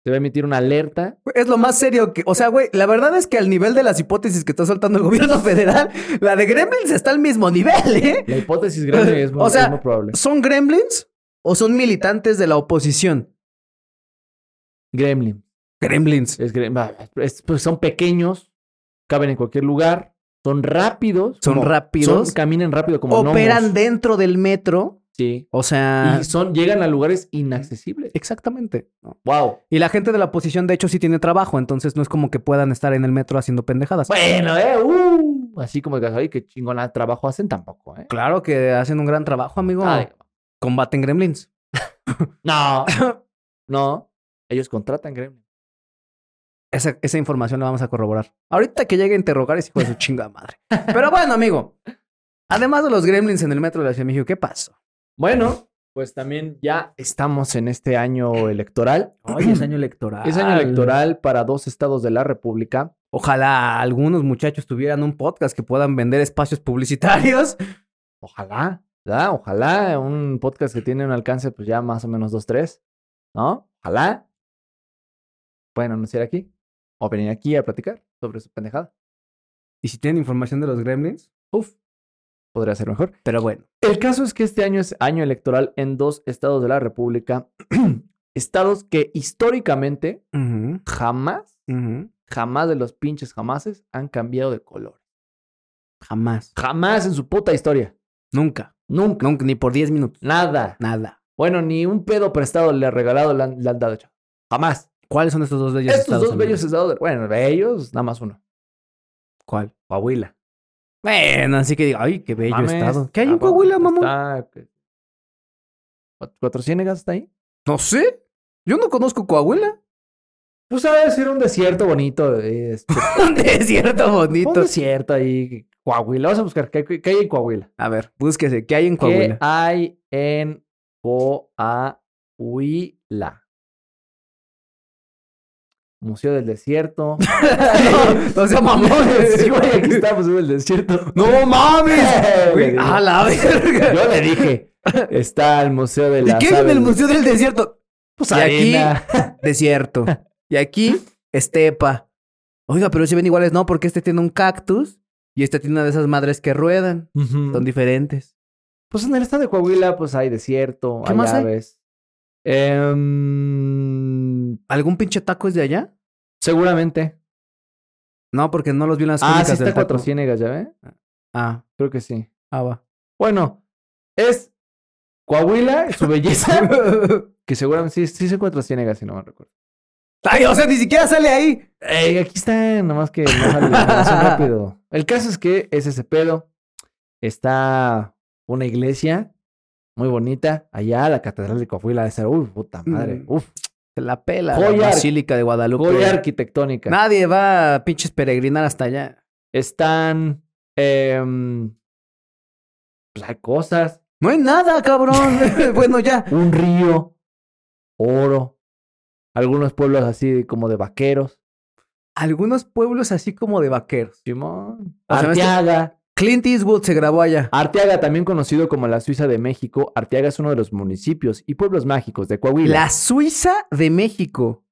Se va a emitir una alerta. Es lo más serio que. O sea, güey, la verdad es que al nivel de las hipótesis que está soltando el gobierno [LAUGHS] federal, la de Gremlins está al mismo nivel, ¿eh? La hipótesis Gremlin [LAUGHS] es muy, O sea, es muy probable. ¿Son gremlins o son militantes de la oposición? Gremlin. Gremlins. Es grem- va, es- pues son pequeños, caben en cualquier lugar, son rápidos. Son como- rápidos. son- caminan rápido como Operan Ah. gnomos. dentro del metro Sí. O sea, Y son, llegan a lugares inaccesibles. exactamente. Wow. Y la gente de la oposición, de hecho, sí tiene trabajo, entonces no es como que puedan estar en el metro haciendo pendejadas. Bueno, eh, uh, así como que, ay, qué chingona trabajo hacen tampoco, eh. Ah, Claro que hacen un gran trabajo, amigo. Ay, Combaten gremlins. no, [LAUGHS] no. Ellos contratan gremlin. Esa, esa información la vamos a corroborar. Ahorita que llegue a interrogar ese hijo de su chinga madre. Pero bueno, amigo. Además de los gremlins en el metro de la Ciudad de México, ¿qué pasó? Bueno, pues también ya estamos en este año electoral. Oye, es año [CLEARS THROAT] electoral. Es año electoral para dos estados de la República. Ojalá algunos muchachos tuvieran un podcast que puedan vender espacios publicitarios. [LAUGHS] Ojalá, ¿verdad? Ojalá un podcast que tiene un alcance, pues ya más o menos dos, tres, ¿no? Ojalá. Pueden anunciar aquí o venir aquí a platicar sobre su pendejada. Y si tienen información de los gremlins, Uf, podría ser mejor. pero bueno. El caso es que este año es año electoral en dos estados de la República, [CLEARS THROAT] estados que históricamente Ujú, jamás, ujú. jamás de los pinches jamases han cambiado de color. Jamás. Jamás en su puta historia. Nunca. Nunca. Nunca, ni por 10 minutos. Nada. Nada. Bueno, ni un pedo prestado le ha regalado, le han, le han dado hecho. Jamás. ¿Cuáles son estos dos bellos Estos estados, dos amigo? bellos estados, de- bueno, bellos, nada más uno. ¿Cuál? Coahuila. Bueno, así que digo, ay, qué bello Mames. estado. ¿Qué hay en Ah, Coahuila, mamón? Está... ¿Cuatro- ¿Cuatro Ciénegas está ahí? No sé. Yo no conozco Coahuila. [LAUGHS] Pues sabes, era un desierto bonito. este, Un desierto Un bonito. desierto ahí, Coahuila. Vamos a buscar qué, qué- qué hay en Coahuila. A ver, búsquese. ¿Qué hay en ¿Qué Coahuila? hay en Coahuila? Museo del [LAUGHS] Desierto. [LAUGHS] no, no sea mamón. Ah, [LAUGHS] Sí, güey, aquí está Museo del Desierto. [LAUGHS] ¡No mames! Le Güey, digo. a la verga. Yo le dije. Está el Museo de ¿Y la qué hay en el Museo del Desierto? Pues Y aquí- [LAUGHS] arena. Desierto. Y aquí, estepa. Oiga, pero si ven iguales, no, porque este tiene un cactus y este tiene una de esas madres que ruedan. Ujú. Son diferentes. Pues en el estado de Coahuila, pues hay desierto, ¿Qué hay más hay? aves. Em, ¿Algún pinche taco es de allá? seguramente. No, porque no los vi en las Ah, crónicas sí del está taco. Cuatro Ciénegas, ¿ya ve? Ah, Creo que sí. [LAUGHS] ah, va. Bueno, es Coahuila, [LAUGHS] su belleza, que seguramente sí, sí se encuentra Ciénegas, si no me recuerdo. Ay, o sea, ni siquiera sale ahí. Ey, aquí está, nomás que no sale la [LAUGHS] información rápido. El caso es que es ese pedo. Está una iglesia muy bonita. Allá la catedral de Coahuila de ser, uy, puta madre. Mm. Uf, Se la pela. Joya- La Basílica de Guadalupe. joya arquitectónica. Nadie va a pinches peregrinar hasta allá. Están. em, pues hay cosas. No hay nada, cabrón. [LAUGHS] bueno, ya. Un río. Oro. Algunos pueblos así como de vaqueros. Algunos pueblos así como de vaqueros. Simón. O sea, no es que- Arteaga. Clint Eastwood se grabó allá. Arteaga, también conocido como la Suiza de México, Arteaga es uno de los municipios y pueblos mágicos de Coahuila. La Suiza de México.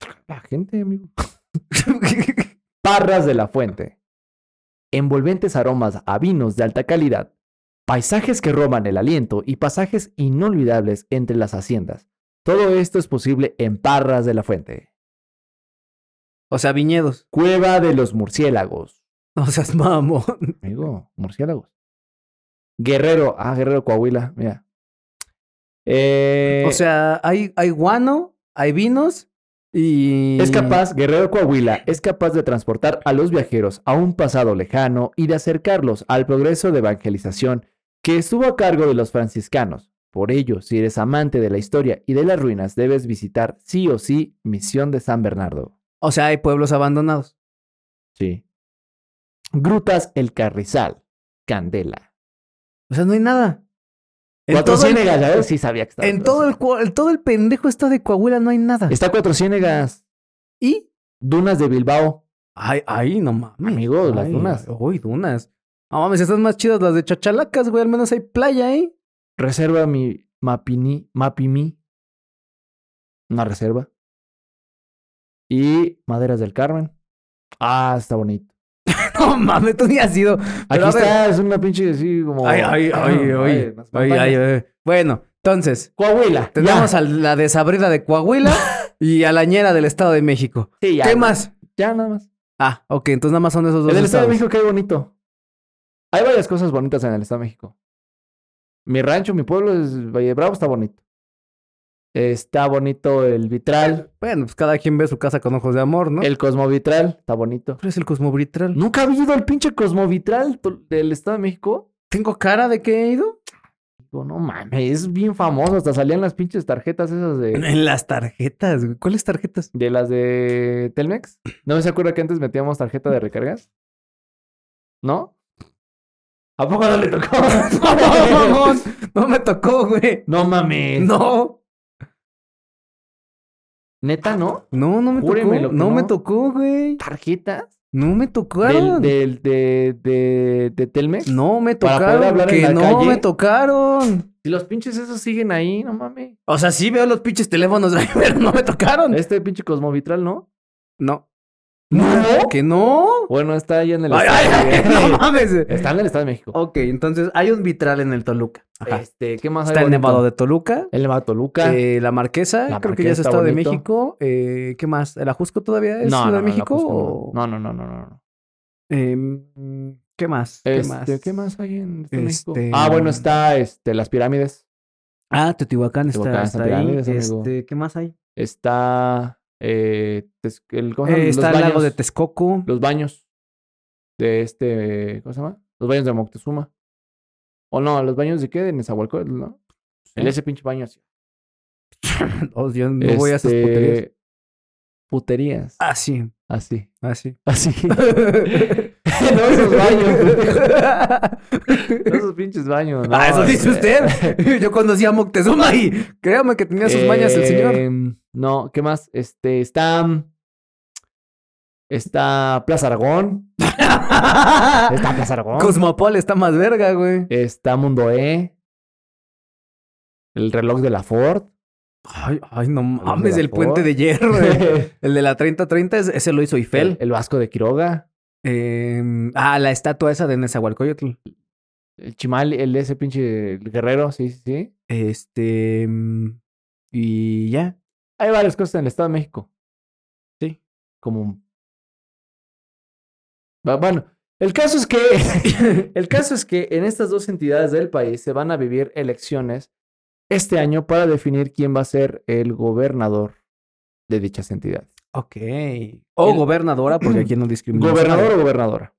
[LAUGHS] La gente, amigo. Parras de la Fuente. Envolventes aromas a vinos de alta calidad. Paisajes que roban el aliento y pasajes inolvidables entre las haciendas. Todo esto es posible en Parras de la Fuente. o sea, viñedos. Cueva de los murciélagos. O sea, [LAUGHS] es mamón. Amigo, murciélagos. Guerrero. Ah, Guerrero Coahuila. Mira. Eh, o sea, hay, hay guano, hay vinos y. Es capaz, Guerrero Coahuila, es capaz de transportar a los viajeros a un pasado lejano y de acercarlos al progreso de evangelización que estuvo a cargo de los franciscanos. Por ello, si eres amante de la historia y de las ruinas, debes visitar sí o sí Misión de San Bernardo. O sea, hay pueblos abandonados. Sí. Grutas El Carrizal, Candela. O sea, no hay nada. En Cuatro todo el- Ciénegas, ya ves, sí sabía que estaba. En todo el, cua- en todo el pendejo estado de Coahuila no hay nada. Está Cuatro Ciénegas, ¿Y? Dunas de Bilbao. Ay, ay, no mames. Amigo, las Ay, oh. dunas. Uy, dunas. No mames, están más chidas las de Chachalacas, güey. Al menos hay playa, ¿eh? [LAUGHS] Reserva mi Mapini, Mapimi. Una reserva. Y Maderas del Carmen. Ah, está bonito. No mames, tú ni has ido. Aquí Pero a ver- está, es una pinche así como. Ay, [CLEARS THROAT] ay, ay, ay, ay, las ay, montañas. ay. Bueno, entonces, Coahuila. tenemos ya. a la desabrida de Coahuila [LAUGHS] y a la ñera del Estado de México. Sí, ya, ¿Qué güey. más? Ya, nada más. Ah, ok, entonces nada más son esos dos En el Estado de México, estados. qué bonito. Hay varias cosas bonitas en el Estado de México. Mi rancho, mi pueblo es Valle Bravo, está bonito. Está bonito el vitral, Bueno, pues cada quien ve su casa con ojos de amor, ¿no? el cosmovitral, está bonito. ¿Cuál es el cosmovitral? ¿Nunca ha ido al pinche cosmovitral to- del Estado de México? ¿Tengo cara de que he ido? Digo, no mames, es bien famoso. Hasta salían las pinches tarjetas esas de, En las tarjetas, güey. ¿Cuáles tarjetas? de las de Telmex. ¿No se acuerda que antes metíamos tarjeta de recargas? ¿No? ¿A poco [LAUGHS] no le tocó? mamón! [LAUGHS] No me tocó, güey. no mames. No. Neta, ¿no? No, no me tocó. Júremelo No, que me no. tocó, güey. ¿Tarjetas? No me Del, tocaron. del- de, de, de Telmex. No me Para poder tocaron. hablar en Que la no calle. me tocaron. Si los pinches esos siguen ahí, no mames. O sea, sí veo los pinches teléfonos, [LAUGHS] güey, pero no me tocaron. Este pinche cosmovitral, ¿no? No. ¿No? ¿Que no? Bueno, está ahí en el Ay, Estado ay, de- ay, [LAUGHS] no mames. güey. Está en el Estado de México. Ok, entonces hay un vitral en el Toluca. Eh, Este, ¿qué más Está hay el bonito? Nevado de Toluca. El Nevado de Toluca. eh, la Marquesa, La creo que ya es Marquesa está Estado de bonito. México. Eh, ¿Qué más? ¿El Ajusco todavía es Ciudad de la México? Cusco, o- pues, no, no, no, no, no, no. Em, ¿Qué más? ¿Qué Este, más? ¿Qué más hay en Estado de México? Este- Ah, bueno, está este, las pirámides. Ah, Teotihuacán está, Teotihuacán, está San ahí. Pirámides, amigo. Este, ¿Qué más hay? Está eh, tes- el, ¿cómo se Eh, llama? los está el baños, lago de Texcoco. Los baños de este, ¿cómo se llama? Los baños de Moctezuma. O no, los baños de qué? De Nezahualcóyotl, ¿no? El ese pinche baño así. [LAUGHS] Oh, yo no voy a esas Este, puterías. Puterías. Ah, sí. [LAUGHS] Así. [LAUGHS] Ah, sí. Así. no esos baños, [LAUGHS] pendejo. [LAUGHS] No esos pinches baños. no, ah, eso dice eh, usted. [LAUGHS] Yo conocía a Moctezuma y créame que tenía sus mañas el [LAUGHS] señor. Em, No, ¿qué más? Este, está. Está Plaza Aragón. Ah. Está Plaza Aragón. Cosmopol está más verga, güey. Está Mundo E. El reloj de la [LAUGHS] Ford. Ay, ay, no de la mames, el Ford. puente de hierro. [LAUGHS] güey. el, el de la 3030, es- ese lo hizo Eiffel. el Vasco de Quiroga. Em, ah, la estatua esa de Nezahualcóyotl. El Chimal, el ese pinche el guerrero, sí, sí, sí. Este. em, Y ya. Hay varias cosas en el Estado de México. Sí. Como. Va- Bueno, el caso es que. [LAUGHS] el caso es que en estas dos entidades del país se van a vivir elecciones este año para definir quién va a ser el gobernador de dichas entidades. Ok. O El- gobernadora, porque [CLEARS THROAT] aquí no discriminamos. a nadie. Gobernador o gobernadora.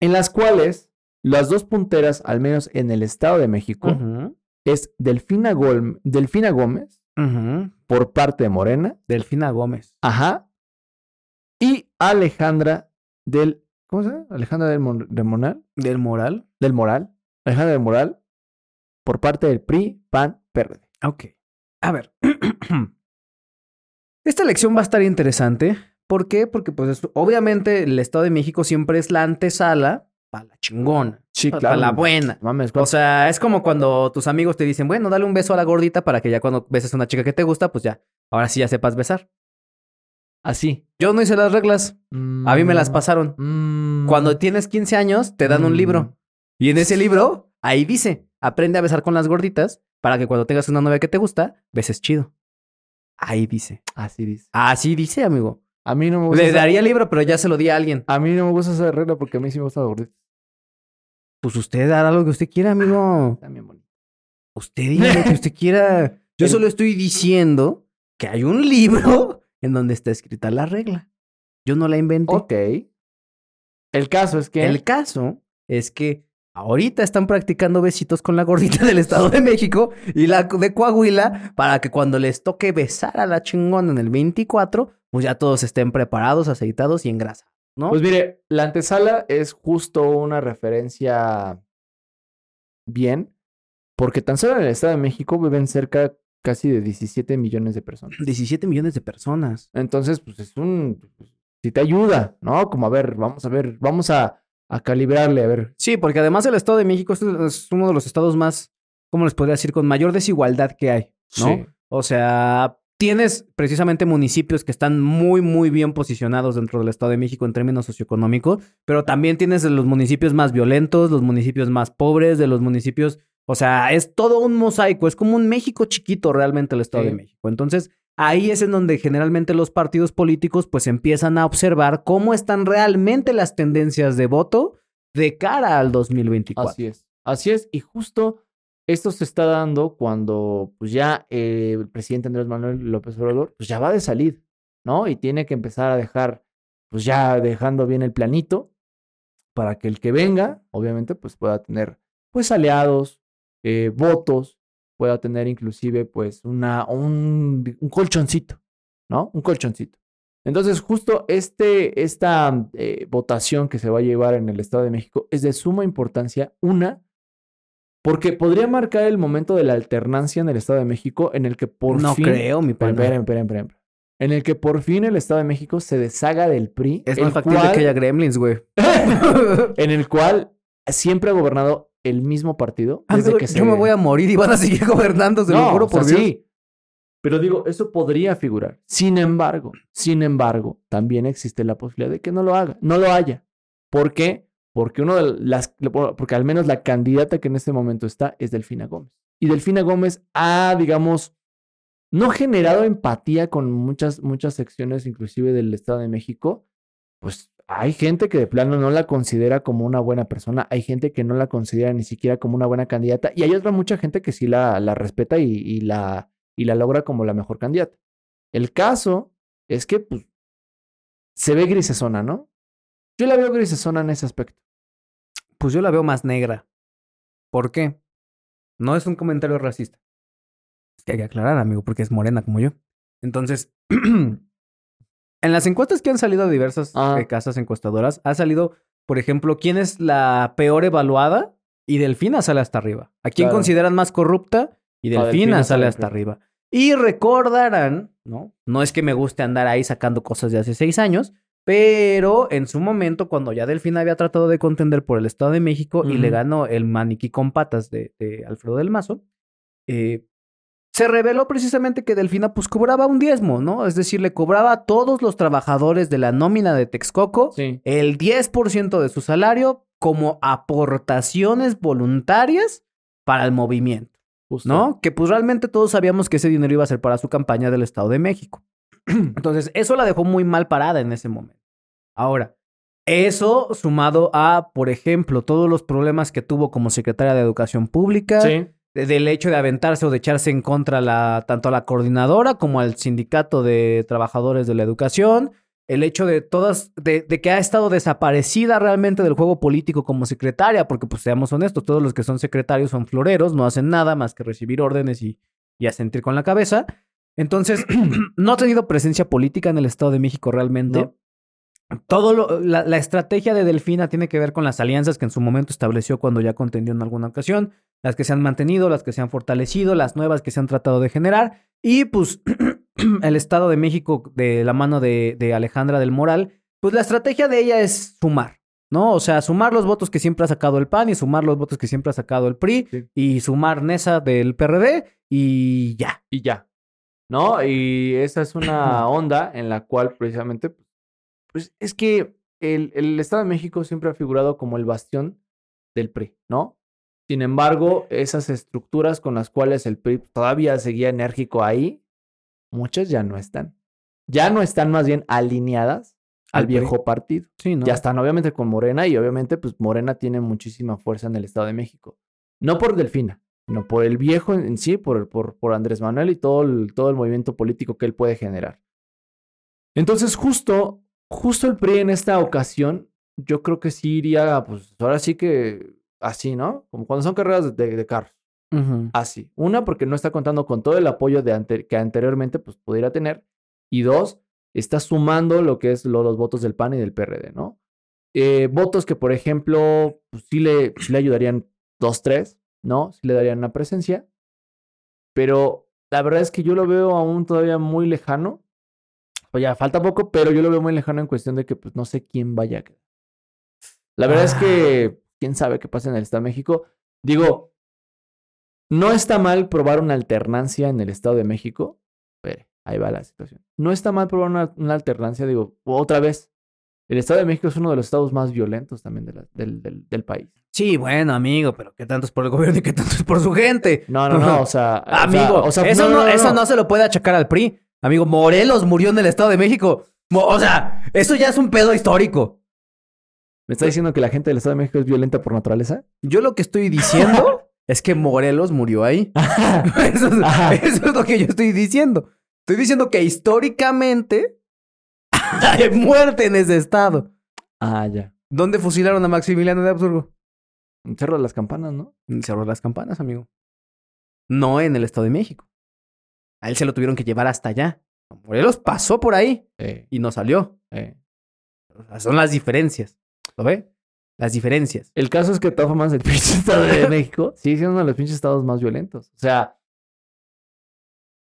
En las cuales las dos punteras, al menos en el Estado de México, Ujú, es Delfina, Gol- Delfina Gómez ujú. por parte de Morena. Delfina Gómez. Ajá. Y Alejandra del. ¿Cómo se llama? Alejandra del, Mon- del Monal. Del Moral. Del Moral. Alejandra del Moral. Por parte del PRI, PAN, PRD. Ok. A ver. [CLEARS THROAT] Esta elección va a estar interesante. ¿Por qué? Porque, pues, es- obviamente, el Estado de México siempre es la antesala para la chingona. Sí, Pues Para la buena. Mames, O sea, es como cuando tus amigos te dicen, bueno, dale un beso a la gordita para que ya cuando beses a una chica que te gusta, pues ya, ahora sí ya sepas besar. así. Yo no hice las reglas, a mí me las pasaron. Mm. Cuando tienes 15 años, te dan un Mm. libro. Y en ese libro, ahí dice, aprende a besar con las gorditas para que cuando tengas una novia que te gusta, beses chido. Ahí dice. Así dice. Así dice, amigo. A mí no me gusta. Le esa- daría el libro, pero ya se lo di a alguien. A mí no me gusta esa regla porque a mí sí me gusta la gordita. Pues usted hará lo que usted quiera, [LAUGHS] amigo. Está bien bonito. Usted diga lo que usted quiera. Yo El- solo estoy diciendo que hay un [LAUGHS] libro en donde está escrita la regla. Yo no la inventé. Ok. El caso es que. El caso es que ahorita están practicando besitos con la gordita del Estado de México y la de Coahuila para que cuando les toque besar a la chingona en el 24, pues ya todos estén preparados, aceitados y en grasa, ¿no? Pues mire, la antesala es justo una referencia bien, porque tan solo en el Estado de México viven cerca casi de 17 millones de personas. 17 millones de personas. Entonces, pues es un... Si te ayuda, ¿no? Como a ver, vamos a ver, vamos a, a calibrarle, a ver. Sí, porque además el Estado de México es- es uno de los estados más, ¿cómo les podría decir? Con mayor desigualdad que hay, ¿no? ¿no? O sea, tienes precisamente municipios que están muy, muy bien posicionados dentro del Estado de México en términos socioeconómicos, pero también tienes de los municipios más violentos, los municipios más pobres, de los municipios. O sea, es todo un mosaico, es como un México chiquito realmente el Estado Sí. de México. Entonces, ahí es en donde generalmente los partidos políticos pues empiezan a observar cómo están realmente las tendencias de voto de cara al 2024. Así es. Así es. Y justo Esto se está dando cuando pues ya eh, el presidente Andrés Manuel López Obrador pues ya va de salir, ¿no? Y tiene que empezar a dejar, pues ya dejando bien el planito para que el que venga, obviamente, pues pueda tener pues aliados, eh, votos, pueda tener inclusive pues una, un, un colchoncito, ¿no? Un colchoncito. Entonces, justo este, esta eh, votación que se va a llevar en el Estado de México es de suma importancia, una, porque podría marcar el momento de la alternancia en el Estado de México en el que por no fin... creo, mi Espera, pana. espera, espera, espera, espera. En el que por fin el Estado de México se deshaga del PRI. es el más factible cual- que haya [LAUGHS] gremlins, güey. en el cual siempre ha gobernado el mismo partido desde Amigo, que se yo me voy a morir y van a seguir [LAUGHS] gobernando, se lo No, juro o por sea, Dios. sí. Pero digo, eso podría figurar. Sin embargo, sin embargo, también existe la posibilidad de que no lo haga, no lo haya. ¿Por qué? Porque uno de las porque al menos la candidata que en este momento está es Delfina Gómez. Y Delfina Gómez ha, digamos, no generado empatía con muchas muchas secciones inclusive del Estado de México, pues hay gente que de plano no la considera como una buena persona, hay gente que no la considera ni siquiera como una buena candidata y hay otra mucha gente que sí la, la respeta y, y la, y la logra como la mejor candidata. El caso es que pues, se ve grisesona, ¿no? Yo la veo grisesona en ese aspecto. Pues yo la veo más negra. ¿Por qué? No es un comentario racista. Es que hay que aclarar, amigo, porque es morena como yo. Entonces, [CLEARS THROAT] en las encuestas que han salido de diversas Ah. eh, casas encuestadoras, ha salido, por ejemplo, quién es la peor evaluada y Delfina sale hasta arriba. ¿A quién Claro. consideran más corrupta? Y A Delfina, Delfina sale sale hasta arriba. Y recordarán, ¿no? No es que me guste andar ahí sacando cosas de hace seis años, pero en su momento, cuando ya Delfina había tratado de contender por el Estado de México y Ujú. le ganó el maniquí con patas de, de Alfredo del Mazo, eh, se reveló precisamente que Delfina pues cobraba un diezmo, ¿no? Es decir, le cobraba a todos los trabajadores de la nómina de Texcoco Sí. el 10% de su salario como aportaciones voluntarias para el movimiento. ¿no? Que pues realmente todos sabíamos que ese dinero iba a ser para su campaña del Estado de México. [CLEARS THROAT] Entonces, eso la dejó muy mal parada en ese momento. Ahora, eso sumado a, por ejemplo, todos los problemas que tuvo como secretaria de Educación Pública, Sí. de- del hecho de aventarse o de echarse en contra la, tanto a la coordinadora como al sindicato de trabajadores de la educación, el hecho de todas, de, de que ha estado desaparecida realmente del juego político como secretaria, porque pues seamos honestos, todos los que son secretarios son floreros, no hacen nada más que recibir órdenes y, y asentir con la cabeza. Entonces, [CLEARS THROAT] no ha tenido presencia política en el Estado de México realmente. No. Todo lo- la, la estrategia de Delfina tiene que ver con las alianzas que en su momento estableció cuando ya contendió en alguna ocasión, las que se han mantenido, las que se han fortalecido, las nuevas que se han tratado de generar y pues [CLEARS THROAT] el Estado de México de la mano de, de Alejandra del Moral, pues la estrategia de ella es sumar, ¿no? O sea, sumar los votos que siempre ha sacado el PAN y sumar los votos que siempre ha sacado el PRI Sí. y sumar Nesa del PRD y ya. y ya. ¿No? Y esa es una onda en la cual precisamente, pues es que el, el Estado de México siempre ha figurado como el bastión del PRI, ¿no? Sin embargo, esas estructuras con las cuales el PRI todavía seguía enérgico ahí, muchas ya no están. Ya no están más bien alineadas al, Al PRI. viejo partido. Sí, ¿no? Ya están obviamente con Morena y obviamente pues Morena tiene muchísima fuerza en el Estado de México. No por Delfina, sino por el viejo en en sí, por, por, por Andrés Manuel y todo el, todo el movimiento político que él puede generar. Entonces justo, justo el PRI en esta ocasión, yo creo que sí iría, pues ahora sí que así, ¿no? Como cuando son carreras de, de, de carros. Ujú. Así. Ah, Una, porque no está contando con todo el apoyo de ante- que anteriormente pues, pudiera tener. Y dos, está sumando lo que es lo- los votos del PAN y del PRD, ¿no? Eh, votos que, por ejemplo, pues, sí, le, sí le ayudarían dos, tres, ¿no? Sí le darían una presencia. Pero la verdad es que yo lo veo aún todavía muy lejano. O ya, falta poco, pero yo lo veo muy lejano en cuestión de que pues, no sé quién vaya a quedar. La verdad es que quién sabe qué pasa en el Estado de México. Digo, no está mal probar una alternancia en el Estado de México. Espere, ahí va la situación. No está mal probar una, una alternancia, digo, otra vez. El Estado de México es uno de los estados más violentos también de la- del, del- del país. Sí, bueno, amigo, pero qué tanto es por el gobierno y qué tanto es por su gente. No, no, no, o sea... [LAUGHS] o sea, Amigo, o sea, eso, no, eso no se lo puede achacar al PRI. Amigo, Morelos murió en el Estado de México. Mo- o sea, eso ya es un pedo histórico. ¿Me está diciendo que la gente del Estado de México es violenta por naturaleza? [LAUGHS] Yo lo que estoy diciendo Es que Morelos murió ahí. eso, es, Ajá. eso es lo que yo estoy diciendo. Estoy diciendo que históricamente [LAUGHS] hay muerte en ese estado. Ah, ya. ¿Dónde fusilaron a Maximiliano de Habsburgo? En Cerro de las Campanas, ¿no? En el Cerro de las Campanas, amigo. No en el Estado de México. A él se lo tuvieron que llevar hasta allá. Morelos pasó por ahí Sí, y no salió. sí. Son las diferencias. ¿Lo ve? Las diferencias. El caso es que de todas formas el [LAUGHS] pinche estado de México sigue siendo uno de los pinches estados más violentos. O sea,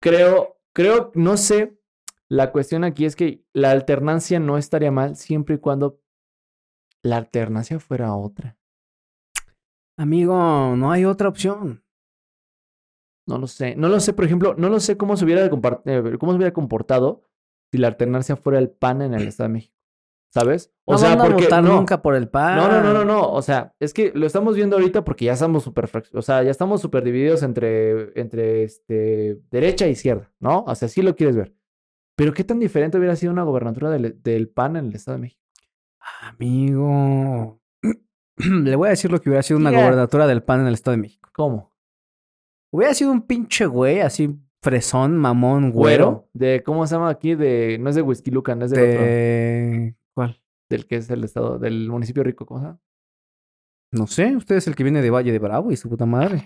creo, creo, no sé. La cuestión aquí es que la alternancia no estaría mal siempre y cuando la alternancia fuera otra. Amigo, no hay otra opción. No lo sé. No lo sé, por ejemplo, no lo sé cómo se hubiera, de compar- eh, cómo se hubiera comportado si la alternancia fuera el PAN en [CLEARS THROAT] el Estado de México. ¿Sabes? O no sea, van a porque votar no. nunca por el PAN. No, no, no, no, no. O sea, es que lo estamos viendo ahorita porque ya estamos súper, frac- o sea, ya estamos súper divididos entre, entre este, derecha e izquierda, ¿no? O sea, sí lo quieres ver. Pero qué tan diferente hubiera sido una gobernatura del, del PAN en el Estado de México. Amigo. [CLEARS THROAT] Le voy a decir lo que hubiera sido una Diga. gobernatura del PAN en el Estado de México. ¿Cómo? Hubiera sido un pinche güey así fresón, mamón, güero. De, ¿cómo se llama aquí? De, no es de Whisky Lucan, es del otro. de... ¿Cuál? Del que es el estado, del municipio rico, ¿cómo se llama? No sé, usted es el que viene de Valle de Bravo y su puta [LAUGHS] madre.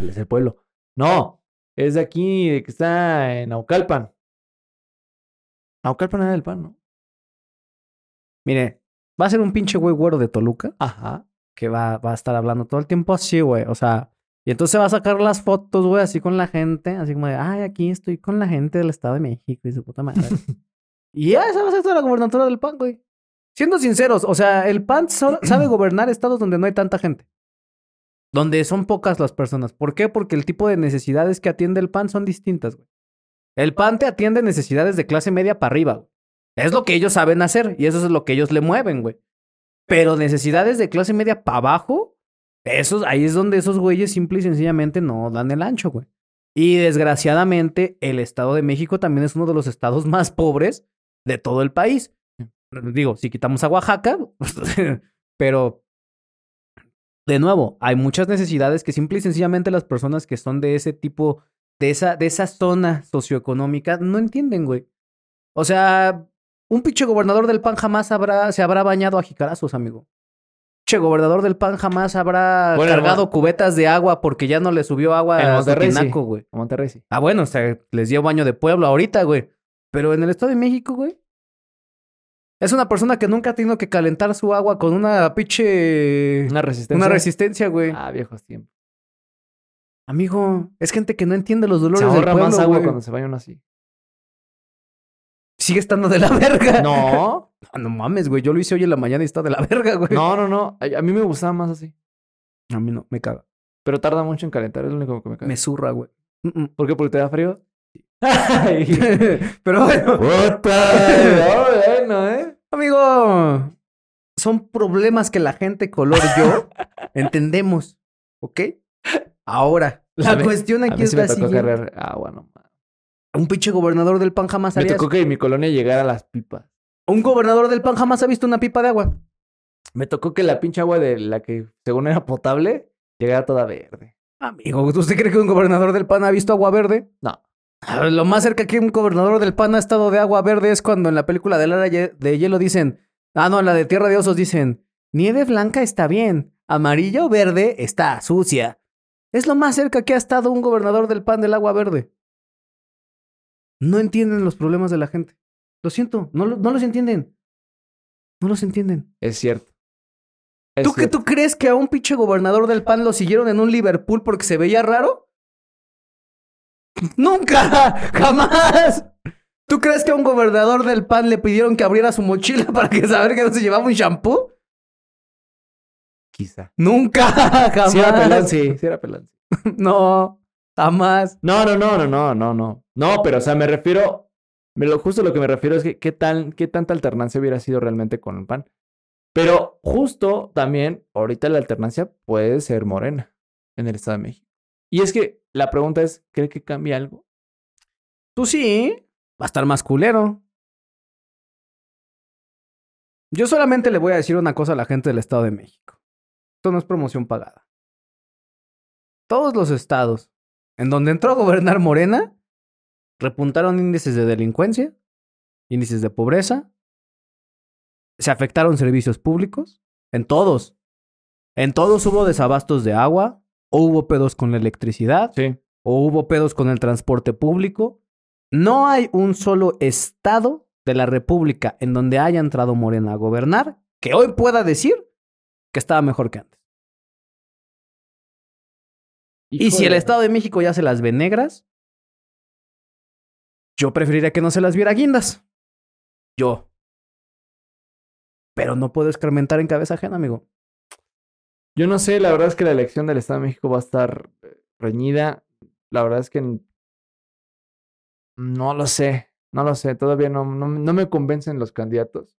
Él Es el pueblo. No, es de aquí, de que está en Naucalpan. Naucalpan era del PAN, ¿no? Mire, va a ser un pinche güey güero de Toluca Ajá. que va, va a estar hablando todo el tiempo así, güey. O sea, y entonces va a sacar las fotos, güey, así con la gente, así como de, ay, aquí estoy con la gente del Estado de México y su puta madre. y ya, esa va a ser toda la gobernatura del PAN, güey. Siendo sinceros, o sea, el PAN solo sabe gobernar estados donde no hay tanta gente. Donde son pocas las personas. ¿Por qué? Porque el tipo de necesidades que atiende el PAN son distintas, güey. El PAN te atiende necesidades de clase media para arriba, güey. Es lo que ellos saben hacer y eso es lo que ellos le mueven, güey. Pero necesidades de clase media para abajo, esos, ahí es donde esos güeyes simple y sencillamente no dan el ancho, güey. Y desgraciadamente, el Estado de México también es uno de los estados [LAUGHS] más pobres de todo el país. Digo, si quitamos a Oaxaca, [LAUGHS] pero de nuevo, hay muchas necesidades que simple y sencillamente las personas que son de ese tipo, de esa, de esa zona socioeconómica, no entienden, güey. O sea, un pinche gobernador del PAN jamás habrá, se habrá bañado a jicarazos, amigo. Che, gobernador del PAN jamás habrá Bueno, cargado hermano. cubetas de agua porque ya no le subió agua En a su Monterrey, sí. tinaco, güey. A Monterrey, sí. Ah, bueno, o sea, les dio baño de pueblo ahorita, güey. Pero en el Estado de México, güey. Es una persona que nunca ha tenido que calentar su agua con una pinche. Una resistencia. Una resistencia, güey. Ah, viejos tiempos. Amigo, es gente que no entiende los dolores Se del ahorra pueblo, más agua güey. cuando se baña uno así. Sigue estando de la [LAUGHS] verga. No, Ah, no mames, güey. Yo lo hice hoy en la mañana y está de la [LAUGHS] verga, güey. no, no, no. A, a mí me gustaba más así. A mí no, me caga. Pero tarda mucho en calentar, es lo único que me cae. Me zurra, güey. Mm, [LAUGHS] [LAUGHS] mm. ¿Por qué? Porque te da frío. [LAUGHS] Pero bueno. Puta, bueno, ¿eh? Amigo, son problemas que la gente color yo [LAUGHS] entendemos, ¿ok? Ahora, la A mí- cuestión A aquí mí es sí la me tocó siguiente. cargar ah, agua nomás. Un pinche gobernador del PAN jamás Me haría tocó que en mi colonia llegara a las pipas. eso. Un gobernador del PAN jamás ha visto una pipa de agua. Me tocó que la pinche agua de la que según era potable llegara toda verde. Amigo, ¿usted cree que un gobernador del PAN ha visto agua verde? No. A ver, Lo más cerca que un gobernador del PAN ha estado de agua verde es cuando en la película de Lara Ye- de Hielo dicen, ah, no, en la de Tierra de Osos dicen, nieve blanca está bien, amarilla o verde está sucia. Es lo más cerca que ha estado un gobernador del PAN del agua verde. No entienden los problemas de la gente. Lo siento, no, lo- no los entienden. No los entienden. Es cierto. Es ¿Tú, que, cierto. ¿Tú crees que a un pinche gobernador del PAN lo siguieron en un Liverpool porque se veía raro? ¡Nunca! [LAUGHS] ¡Jamás! ¿Tú crees que a un gobernador del PAN le pidieron que abriera su mochila [LAUGHS] para que saber que no se llevaba un shampoo? Quizá. ¡Nunca! [LAUGHS] [LAUGHS] ¡Jamás! Sí era pelón, sí. Sí era pelón. [LAUGHS] No, jamás. No, no, no, no, no, no, no. No, pero o sea, me refiero, me lo, justo lo que me refiero es que qué tan, qué tanta alternancia hubiera sido realmente con el PAN. Pero justo también, ahorita la alternancia puede ser morena en el Estado de México. Y es que la pregunta es, ¿cree que cambia algo? Tú sí. Va a estar más culero. Yo solamente le voy a decir una cosa a la gente del Estado de México. Esto no es promoción pagada. todos los estados en donde entró a gobernar Morena, repuntaron índices de delincuencia, índices de pobreza, se afectaron servicios públicos, en todos. En todos hubo desabastos de agua, o hubo pedos con la electricidad, Sí. o hubo pedos con el transporte público. No hay un solo estado de la República en donde haya entrado Morena a gobernar que hoy pueda decir que estaba mejor que antes. Y si el Híjole. Estado de México ya se las ve negras, yo preferiría que no se las viera guindas. Yo. Pero no puedo escarmentar en cabeza ajena, amigo. Yo no sé, la verdad es que la elección del Estado de México va a estar eh, reñida. La verdad es que n- no lo sé, no lo sé, todavía no, no, no me convencen los candidatos.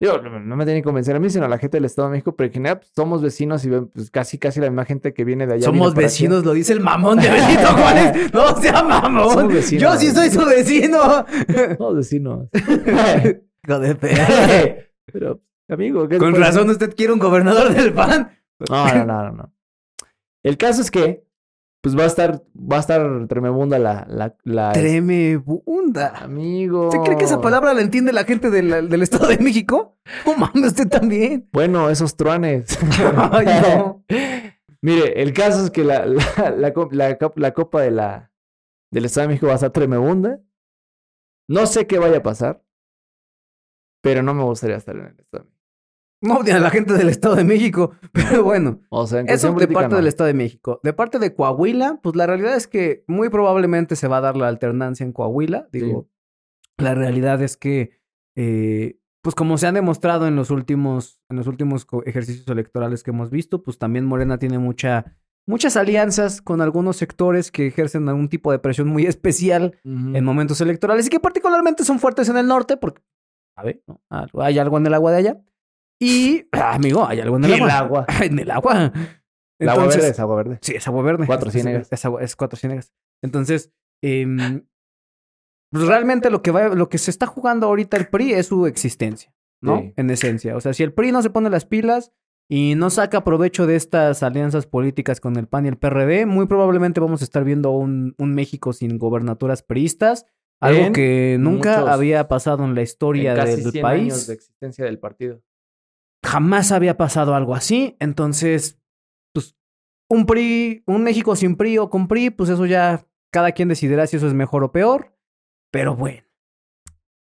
Digo, no no me tienen que convencer a mí, sino a la gente del Estado de México, pero en general pues, somos vecinos y ven- pues, casi casi la misma gente que viene de allá. viene Somos para aquí. ¿eh? vecinos, lo dice el mamón [LAUGHS] de Benito Juárez. No sea mamón. Somos vecinos. Yo sí soy su vecino. Somos [LAUGHS] vecinos. [LAUGHS] Hijo de perra. pero, pues, amigo, ¿qué te Con puedo decir? razón usted quiere un gobernador del PAN. No, no, no, no, no. El caso es que, pues va a estar, va a estar tremebunda la, la, la Tremebunda. Amigo. ¿Usted cree que esa palabra la entiende la gente del, del Estado de México? No mames, usted también. [LAUGHS] Bueno, esos truanes. [LAUGHS] Ay, no. Mire, el caso es que la, la, la co- la cap- la copa de la, del Estado de México va a estar tremebunda. No sé qué vaya a pasar, pero no me gustaría estar en el Estado de México. No odian a la gente del Estado de México. Pero bueno. O sea, en Eso cuestión de política, parte no. del Estado de México. De parte de Coahuila, pues la realidad es que muy probablemente se va a dar la alternancia en Coahuila. Digo, la realidad es que, eh, pues como se han demostrado en los últimos, en los últimos co- ejercicios electorales que hemos visto, pues también Morena tiene mucha, muchas alianzas con algunos sectores que ejercen algún tipo de presión muy [LAUGHS] especial Ujú. en momentos electorales y que particularmente son fuertes en el norte porque, a ver, ¿no? Algo- hay algo en el agua de allá. Y, [CLEARS THROAT] amigo, hay algo en el El agua agua. [LAUGHS] en el agua. El agua verde Entonces- es agua verde. Sí, es agua verde. Cuatro Es- es- ciénegas. Es, agua- es cuatro ciénegas. Entonces, em, pues realmente lo que, va, lo que se está jugando ahorita el PRI es su existencia, ¿no? Sí. En esencia. O sea, si el PRI no se pone las pilas y no saca provecho de estas alianzas políticas con el PAN y el PRD, muy probablemente vamos a estar viendo un, un México sin gobernaturas priistas. Algo En que nunca muchos- había pasado en la historia En casi del 100 país años de existencia del partido. jamás había pasado algo así. Entonces, pues, un PRI, un México sin PRI o con PRI, pues eso ya cada quien decidirá si eso es mejor o peor. Pero bueno,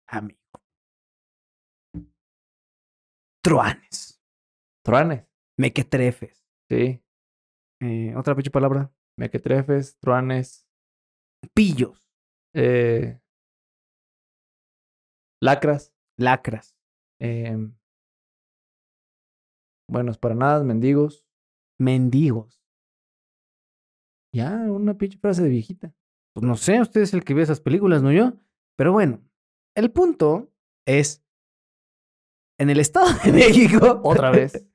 amigo. Truanes, Truanes. mequetrefes. Sí. Eh, Otra pecho palabra. Mequetrefes, truanes, Pillos, eh, lacras. lacras, em, buenos para nada, mendigos. mendigos. Ya, una pinche frase de viejita. Pues no sé, usted es el que ve esas películas, no yo. Pero bueno, el punto es. En el Estado de [LAUGHS] México. [LAUGHS] Otra vez.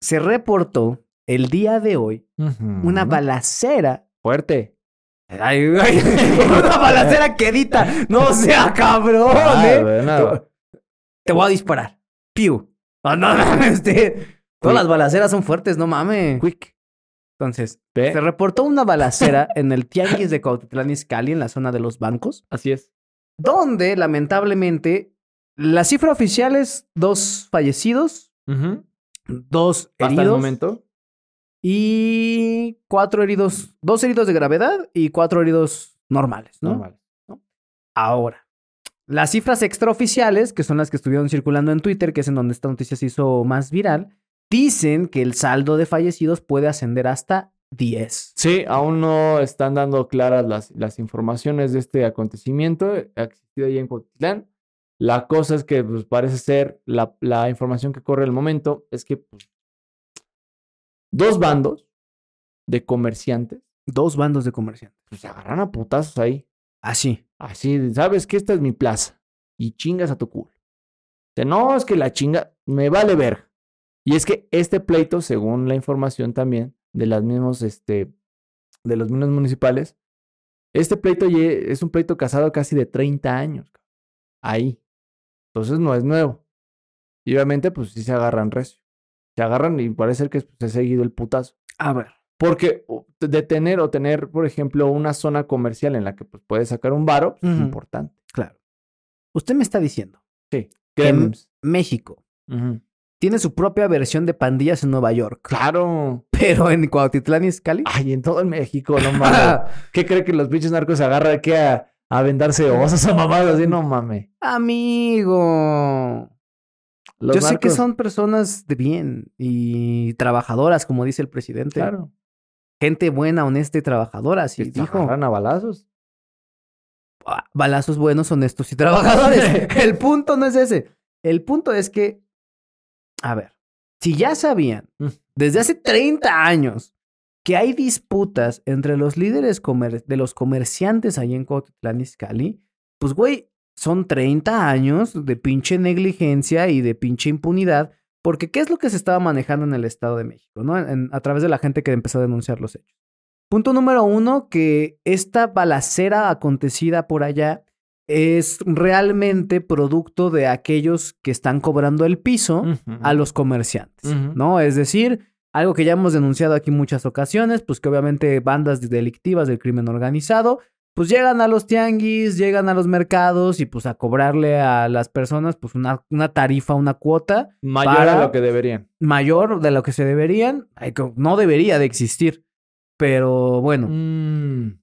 se reportó el día de hoy una balacera. Fuerte. Ay, ay, [LAUGHS] [LAUGHS] una balacera quedita. No sea cabrón, Ah, eh. bueno. [LAUGHS] Te- Te voy a disparar. Piu. Ah, no [LAUGHS] mames, este. Todas las balaceras son fuertes, no mames. Quick. Entonces, Ve, se reportó una balacera [LAUGHS] en el Tianguis de Cuautitlán Izcalli, en la zona de los bancos, Así es. donde lamentablemente la cifra oficial es dos fallecidos, dos Hasta el heridos. momento. y cuatro heridos, dos heridos de gravedad y cuatro heridos normales, ¿no? Normal. Ahora, las cifras extraoficiales, que son las que estuvieron circulando en Twitter, que es en donde esta noticia se hizo más viral, dicen que el saldo de fallecidos puede ascender hasta 10. Sí, aún no están dando claras las, las informaciones de este acontecimiento existido allí en Cuautitlán. La cosa es que pues, parece ser la, la información que corre al momento es que pues, dos bandos de comerciantes Dos bandos de comerciantes. pues, se agarran a putazos ahí. Así. Así, de, sabes que esta es mi plaza y chingas a tu culo. Dice, no, es que la chinga me vale verga. Y es que este pleito, según la información también de las mismos, este, de los mismos municipales, este pleito ye- es un pleito casado casi de 30 años. cabrón. Ahí. Entonces no es nuevo. Y obviamente, pues sí se agarran recio. Se agarran y parece ser que pues, se ha seguido el putazo. A ver. Porque u- detener o tener, por ejemplo, una zona comercial en la que pues, puedes sacar un varo pues, es Ujú. importante. Usted me está diciendo, Créeme. México Ujú. tiene su propia versión de pandillas en Nueva York, [LAUGHS] Claro. pero en Cuautitlán y Izcalli. Ay, en todo el México, no mames. [LAUGHS] ¿Qué cree que los pinches narcos se agarran aquí a, a vendarse osos a mamadas? Así no mames. Amigo. Los Yo sé que narcos- son personas de bien y trabajadoras, como dice el presidente. Claro. Gente buena, honesta y trabajadora, así Que se dijo. agarran a balazos. Ah, Balazos buenos, honestos [LAUGHS] y trabajadores. el punto no es ese. El punto es que, a ver, si ya sabían Mm. desde hace 30 años que hay disputas entre los líderes comer- de los comerciantes ahí en Cotlán Izcalli, pues güey, son 30 años de pinche negligencia y de pinche impunidad, porque ¿qué es lo que se estaba manejando en el Estado de México, no? En- a través de la gente que empezó a denunciar los hechos. Punto número uno, que esta balacera acontecida por allá es realmente producto de aquellos que están cobrando el piso Ujú. a los comerciantes, Ujú. ¿no? Es decir, algo que ya hemos denunciado aquí muchas ocasiones, pues que obviamente bandas de- delictivas del crimen organizado, pues llegan a los tianguis, llegan a los mercados y pues a cobrarle a las personas pues una, una tarifa, una cuota Mayor para- a lo que deberían. mayor de lo que se deberían, Ay, co- no debería de existir, pero bueno, Mm.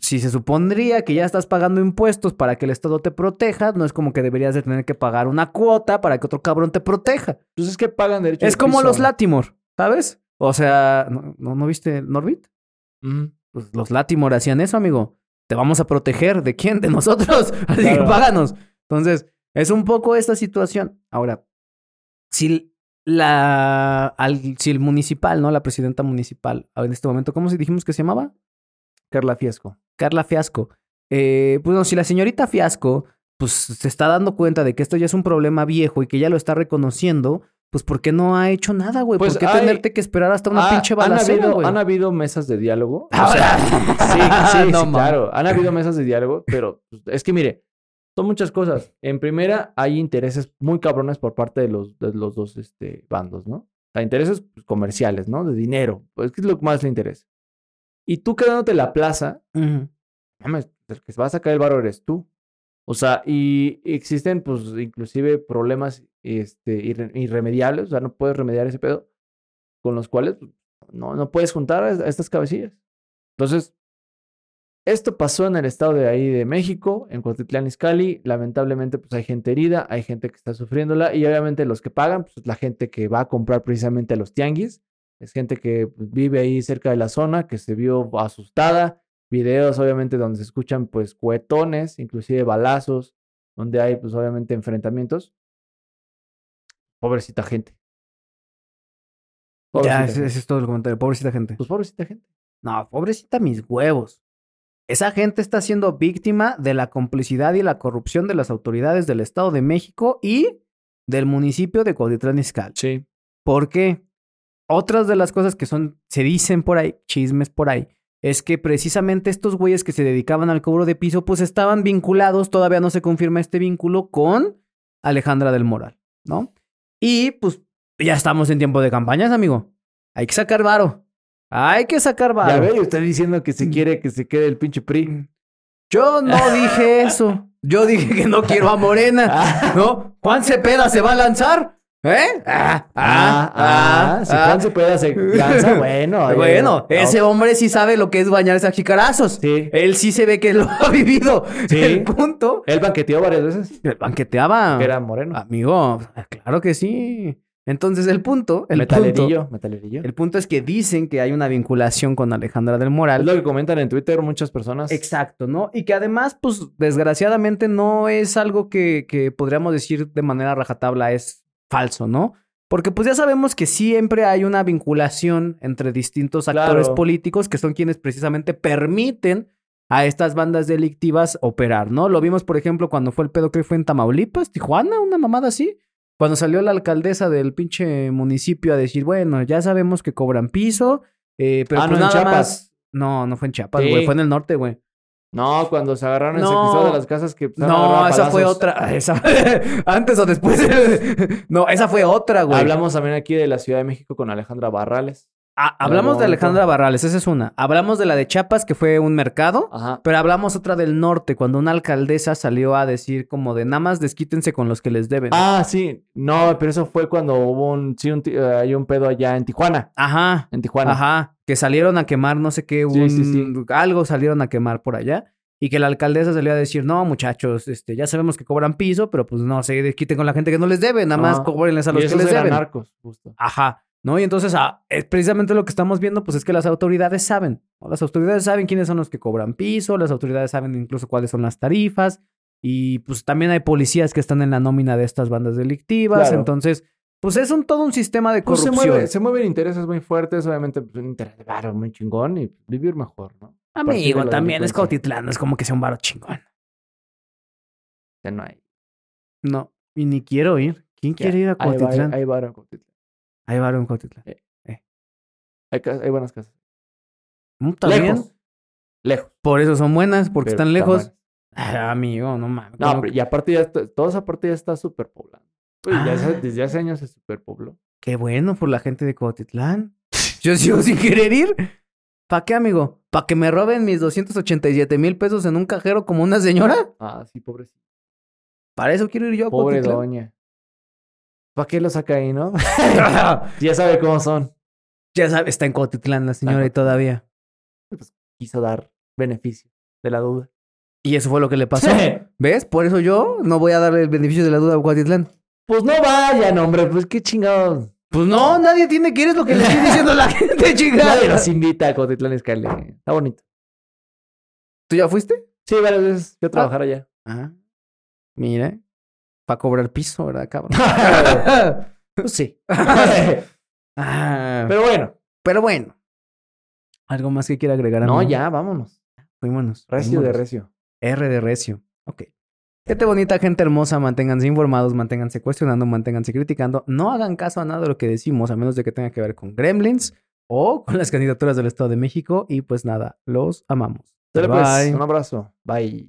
si se supondría que ya estás pagando impuestos para que el Estado te proteja, no es como que deberías de tener que pagar una cuota para que otro cabrón te proteja. Pues es que pagan derecho Es como los Latimore, ¿sabes? O sea, ¿no, no, no viste Norbit? Pues los Latimore hacían eso, amigo. Te vamos a proteger. ¿De quién? De nosotros. [LAUGHS] Así que Claro. páganos. Entonces, es un poco esta situación. Ahora, si la al- si el municipal, ¿no? La presidenta municipal, en este momento, ¿cómo se dijimos que se llamaba? Carla Fiasco. Carla Fiasco. Eh, pues no, si la señorita Fiasco pues se está dando cuenta de que esto ya es un problema viejo y que ya lo está reconociendo, pues ¿por qué no ha hecho nada, güey? Pues ¿Por qué hay- tenerte que esperar hasta una Ah, pinche ¿han balacera, habido- güey? [LAUGHS] Ah, ¿Han habido mesas de diálogo? O Ahora. [LAUGHS] Sí, [LAUGHS] sí, Ah, No sí, mames. claro. Han habido mesas de diálogo, pero pues, es que mire, son muchas cosas. En primera, hay intereses muy cabrones por parte de los, de los dos este, bandos, ¿no? O sea, intereses pues, comerciales, ¿no? De dinero. Pues ¿qué es lo que más le interesa. Y tú quedándote en la plaza, Ujú. mames, el que se va a sacar el barro eres tú. O sea, y existen, pues, inclusive problemas este, irre- irremediables, o sea, no puedes remediar ese pedo, con los cuales pues, no, no puedes juntar a, a estas cabecillas. Entonces, esto pasó en el estado de ahí de México, en Cuautitlán Izcalli. Lamentablemente, pues hay gente herida, hay gente que está sufriéndola, y obviamente los que pagan, pues es la gente que va a comprar precisamente a los tianguis, es gente que pues, vive ahí cerca de la zona, que se vio asustada, videos obviamente donde se escuchan pues cohetones, inclusive balazos, donde hay pues obviamente enfrentamientos. Pobrecita gente. Ya, Pobrecita ese, gente. ese es todo el comentario. Pobrecita gente. Pues pobrecita gente. No, pobrecita mis huevos. Esa gente está siendo víctima de la complicidad y la corrupción de las autoridades del Estado de México y del municipio de Cuautitlán Izcalli. Sí. ¿Por qué? Otras de las cosas que son, se dicen por ahí, chismes por ahí, es que precisamente estos güeyes que se dedicaban al cobro de piso, pues estaban vinculados, todavía no se confirma este vínculo, con Alejandra del Moral, ¿no? Y pues ya estamos en tiempo de campañas, amigo. Hay que sacar varo. Hay que sacar Ya varo. ve, y usted diciendo que Mm. se quiere que se quede el pinche PRI. Yo no dije eso. Yo dije que no quiero a Morena. ¿No? Juan Cepeda se va a lanzar. ¿Eh? Ah, ah, ah, si ah. Juan se puede hacer [LAUGHS] lanza, bueno. oye, Bueno, no. ese hombre sí sabe lo que es bañarse a jicarazos. Sí. Él sí se ve que lo [LAUGHS] ha vivido. Sí. El punto. Él banqueteó varias veces. El banqueteaba. Que era Ah, moreno. Amigo, claro que sí. Entonces, el punto. El punto, metalerillo. Metalerillo. el punto es que dicen que hay una vinculación con Alejandra del Es Moral. lo que comentan en Twitter muchas personas. Exacto, ¿no? Y que además, pues, desgraciadamente no es algo que, que podríamos decir de manera rajatabla es falso, ¿no? Porque pues ya sabemos que siempre hay una vinculación entre distintos actores Claro. políticos que son quienes precisamente permiten a estas bandas delictivas operar, ¿no? Lo vimos, por ejemplo, cuando fue el pedo que fue en Tamaulipas, Tijuana, una mamada así. Cuando salió la alcaldesa del pinche municipio a decir, bueno, ya sabemos que cobran piso, eh, pero Ah, pues no, en nada Chiapas. más- No, no fue en Chiapas, Sí. güey, fue en el norte, güey. No, cuando se agarraron en No. secuestro de las casas que empezaron a No, agarrar a esa fue balazos. otra. [LAUGHS] esa- Antes o después. [LAUGHS] no, esa fue otra, güey. Hablamos también aquí de la Ciudad de México con Alejandra Barrales. Ah, hablamos Revolta. de Alejandra Barrales, esa es una. Hablamos de la de Chiapas, que fue un mercado. Ajá. Pero hablamos otra del norte, cuando una alcaldesa salió a decir como de nada más desquítense con los que les deben. Ah, sí. No, pero eso fue cuando hubo un. Sí, un ti- eh, hay un pedo allá en Tijuana. Ajá. En Tijuana. Ajá. Que salieron a quemar no sé qué, un, Sí, sí, sí. algo salieron a quemar por allá. Y que la alcaldesa salió a decir, no, muchachos, este, ya sabemos que cobran piso, pero pues no, se desquiten con la gente que no les debe, nada más Ajá. cóbrenles a los Ah. y que esos les eran deben. narcos, justo. Ajá. ¿No? Y entonces, ah, es precisamente lo que estamos viendo, pues es que las autoridades saben. ¿no? Las autoridades saben quiénes son los que cobran piso, las autoridades saben incluso cuáles son las tarifas. Y pues también hay policías que están en la nómina de estas bandas delictivas. Claro. Entonces, pues es un, todo un sistema de Pues se, corrupción. mueve, se mueven intereses muy fuertes, obviamente, pues, un interés de varo muy chingón y vivir mejor, ¿no? A partir de Amigo, la también es delincuencia. Cautitlán, no es como que sea un baro chingón. Ya no hay. No, y ni quiero ir. ¿Quién Ya, quiere ir a hay varo- Cuautitlán? Hay varo en Cuautitlán. Hay varo en Cuautitlán. Hay, ca- hay buenas casas. Mm, También, Lejos. Lejos. por eso son buenas, porque pero están lejos. mal. Ah, amigo, no mames. No, ¿cómo pero- y aparte ya está- toda esa parte ya está súper poblada. Pues ya hace- Ah. desde hace años se superpobló. Qué bueno por la gente de Cuautitlán. [LAUGHS] Yo sigo sin querer ir. ¿Pa' qué, amigo? ¿Pa' que me roben mis 287 mil pesos en un cajero como una señora? Ah, sí, pobrecito. Para eso quiero ir yo a Pobre Cuautitlán. doña. ¿Para qué lo saca ahí, [LAUGHS] no? ya sabe cómo son. ya sabe, está en Cuautitlán la señora y Cuautitlán. todavía. Quiso dar beneficio de la [LAUGHS] duda. Y eso fue lo que le pasó. ¿Ves? Por eso yo no voy a darle el beneficio de la duda a Cuautitlán. Pues no vayan, hombre. Pues qué chingados. Pues no, nadie tiene que ir, es lo que le estoy diciendo a la [LAUGHS] [LAUGHS] gente, Nadie chingada. nos invita a Cotitlán Escalde. Está bonito. ¿Tú ya fuiste? Sí, varias veces yo trabajar allá. Ah. Mira. Para cobrar piso, ¿verdad, [LAUGHS] cabrón? pues sí. Ah, Pero bueno. Pero bueno. ¿Algo más que quiera agregar? No, amigo? ya, vámonos. Fuímonos. Recio de vámonos. recio. R de recio. Ok. Gente bonita, gente hermosa, manténganse informados, manténganse cuestionando, manténganse criticando. No hagan caso a nada de lo que decimos, a menos de que tenga que ver con gremlins o con las candidaturas del Estado de México. Y pues nada, los amamos. Dale, Bye. pues, un abrazo. Bye.